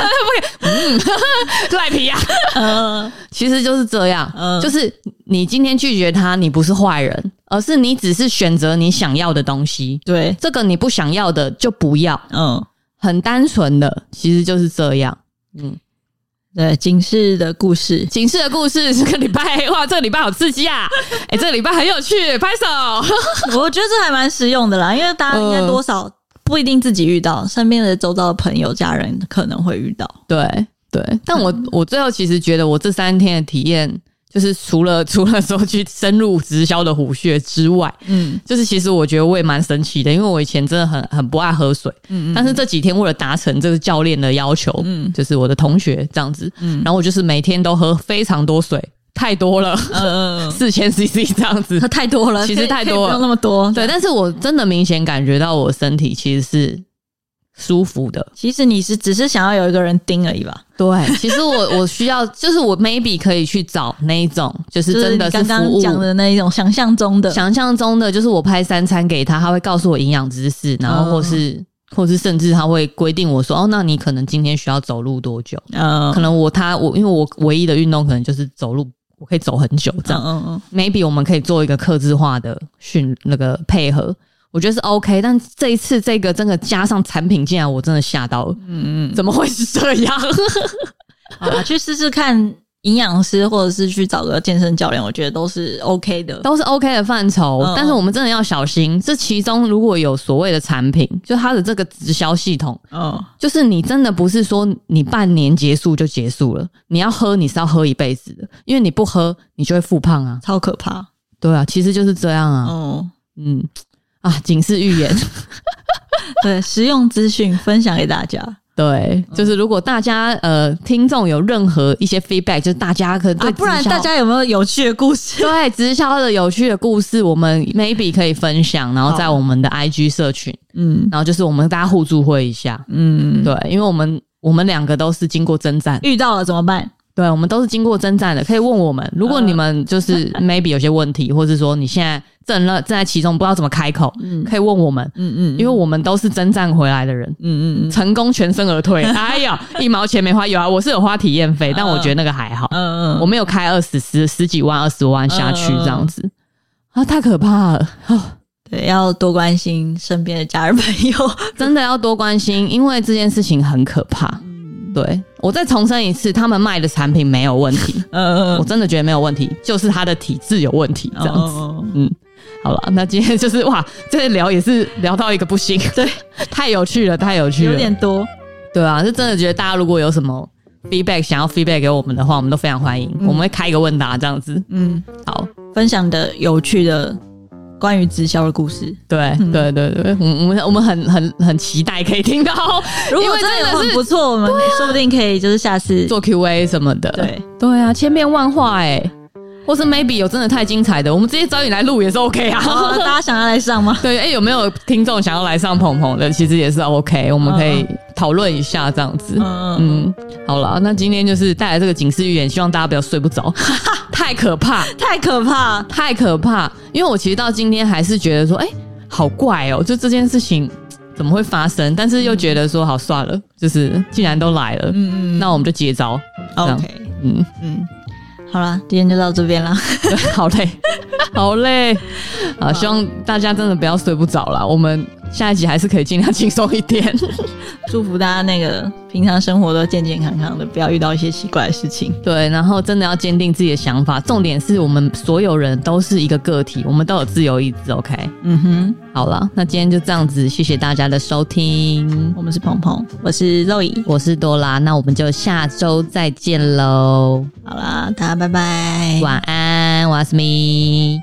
B: 嗯， 赖皮呀、
A: 嗯
B: 其实就是这样，
A: 嗯
B: 就是你今天拒绝他，你不是坏人，而是你只是选择你想要的东西，
A: 对，
B: 这个你不想要的就不要，
A: 嗯
B: 很单纯的，其实就是这样。
A: 对，警示的故事，
B: 警示的故事，这个礼拜哇，这个礼拜好刺激 啊！哎、这个礼拜很有趣，拍手。
A: 我觉得这还蛮实用的啦，因为大家应该
B: 嗯
A: 多少。不一定自己遇到，身边的周遭的朋友、家人可能会遇到。
B: 对对，但我、我最后其实觉得，我这三天的体验，就是除了除了说去深入直销的虎穴之外，
A: 嗯
B: 就是其实我觉得我也蛮神奇的，因为我以前真的很很不爱喝水，
A: 嗯
B: 但是这几天为了达成这个教练的要求，
A: 嗯
B: 就是我的同学这样子，
A: 嗯
B: 然后我就是每天都喝非常多水，太多了，
A: 嗯嗯，
B: 四千 CC 这样子
A: 那。 太多了，
B: 其实
A: 可以
B: 太
A: 可以不
B: 多了
A: 用那么多。
B: 对，但是我真的明显感觉到我身体其实是舒服的。
A: 其实你是只是想要有一个人盯而已吧？
B: 对，其实我我需要，就是我 maybe 可以去找那一种，就是
A: 就是
B: 真
A: 你
B: 的是
A: 刚刚
B: 服务。
A: 讲的那一种想象中的，
B: 想象中的就是我拍三餐给他，他会告诉我营养知识，然后或是、
A: 嗯
B: 或是甚至他会规定我说，哦，那你可能今天需要走路多久？
A: 嗯
B: 可能我他我因为我唯一的运动可能就是走路，我可以走很久这样。
A: 嗯嗯
B: maybe 我们可以做一个克制化的训那个配合，我觉得是 OK。但这一次这个真的加上产品进来，我真的吓到了，
A: 嗯嗯
B: 怎么会是这样？
A: 嗯，好吧，去试试看营养师，或者是去找个健身教练，我觉得都是 OK 的。
B: 都是 OK 的范畴，
A: 嗯嗯
B: 但是我们真的要小心。这其中如果有所谓的产品，就它的这个直销系统，
A: 嗯
B: 就是你真的不是说你半年结束就结束了，你要喝你是要喝一辈子的，因为你不喝你就会复胖啊。
A: 超可怕。
B: 对啊，其实就是这样啊。
A: 嗯，
B: 嗯啊，警示预 言。
A: 对，实用资讯分享给大家。
B: 对，
A: 嗯
B: 就是如果大家呃听众有任何一些 feedback，就是大家可能对、
A: 啊，不然大。家有没有有趣的故事？
B: 对直销的有趣的故事，我们 maybe 可以分享，然后在我们的 IG 社群，
A: 嗯
B: 然后就是我们大家互助会一下。
A: 嗯，
B: 对，因为我们我们两个都是经过征战，
A: 遇到了怎么办？
B: 对，我们都是经过征战的，可以问我们。如果你们就是 maybe 有些问题，或是说你现在正了正在其中不知道怎么开口，可以问我们，
A: 嗯嗯
B: 因为我们都是征战回来的人，
A: 嗯嗯
B: 成功全身而 退。哎呀，一毛钱没花，有啊，我是有花体验费，但我觉得那个还好，
A: 嗯
B: 我没有开二十十十几万、二十万下去这样
A: 嗯
B: 子。啊，太可 怕了！
A: 对，要多关心身边的家人朋友。
B: 真的要多关心，因为这件事情很可怕。
A: 嗯
B: 对我再重申一次，他们卖的产品没有问 题，
A: 嗯哦
B: 我真的觉得没有问题，就是他的体质有问题这样子。
A: 子。
B: 嗯，好了，那今天就是哇，这聊也是聊到一个不行，对， 太有趣了，太有趣了，
A: 有点多，
B: 对啊，是真的觉得大家如果有什么 feedback 想要 feedback 给我们的话，我们都非常欢迎，我们会开一个问答这样子。
A: 嗯，
B: 好，
A: 分享的有趣的关于直销的故事。
B: 对、
A: 嗯
B: 对对对，我们我们我们很很很期待可以听到，
A: 如
B: 因
A: 果
B: 为
A: 真的有啊
B: 真
A: 很
B: 的
A: 不
B: 是
A: 错，我们说不定可以就是下次
B: 做 Q&A 什么的，
A: 对
B: 对啊，千变万化哎、或是 maybe 有真的太精彩的，我们直接找你来录也是 OK 啊。
A: 哦大家想要来上吗？
B: 对，哎、有没有听众想要来上鹏鹏的？其实也是 OK，我们可以讨论一下这样子。
A: 嗯，
B: 嗯，好了，那今天就是带来这个警示预言，希望大家不要睡不着， 太可怕，
A: 嗯太可怕。
B: 太可怕。因为我其实到今天还是觉得说，哎、好怪哦、就这件事情怎么会发生？但是又觉得说，好算了，就是既然都来了，
A: 嗯嗯
B: 那我们就接招。 这样
A: ，OK，
B: 嗯，
A: 嗯，好啦，今天就到这边啦。
B: 对好累，好累啊！希望大家真的不要睡不着啦。我们下一集还是可以尽量轻松一点。
A: 祝福大家那个平常生活都健健康康的，不要遇到一些奇怪的事情。
B: 对，然后真的要坚定自己的想法。重点是我们所有人都是一个个体，我们都有自由意志。OK，
A: 嗯哼，
B: 好了，那今天就这样子，谢谢大家的收听，
A: 嗯我们是鹏鹏，我是肉姨。
B: 我是多拉，那我们就下周再见喽，
A: 好啦，大家拜拜，
B: 晚安，安，我是咪。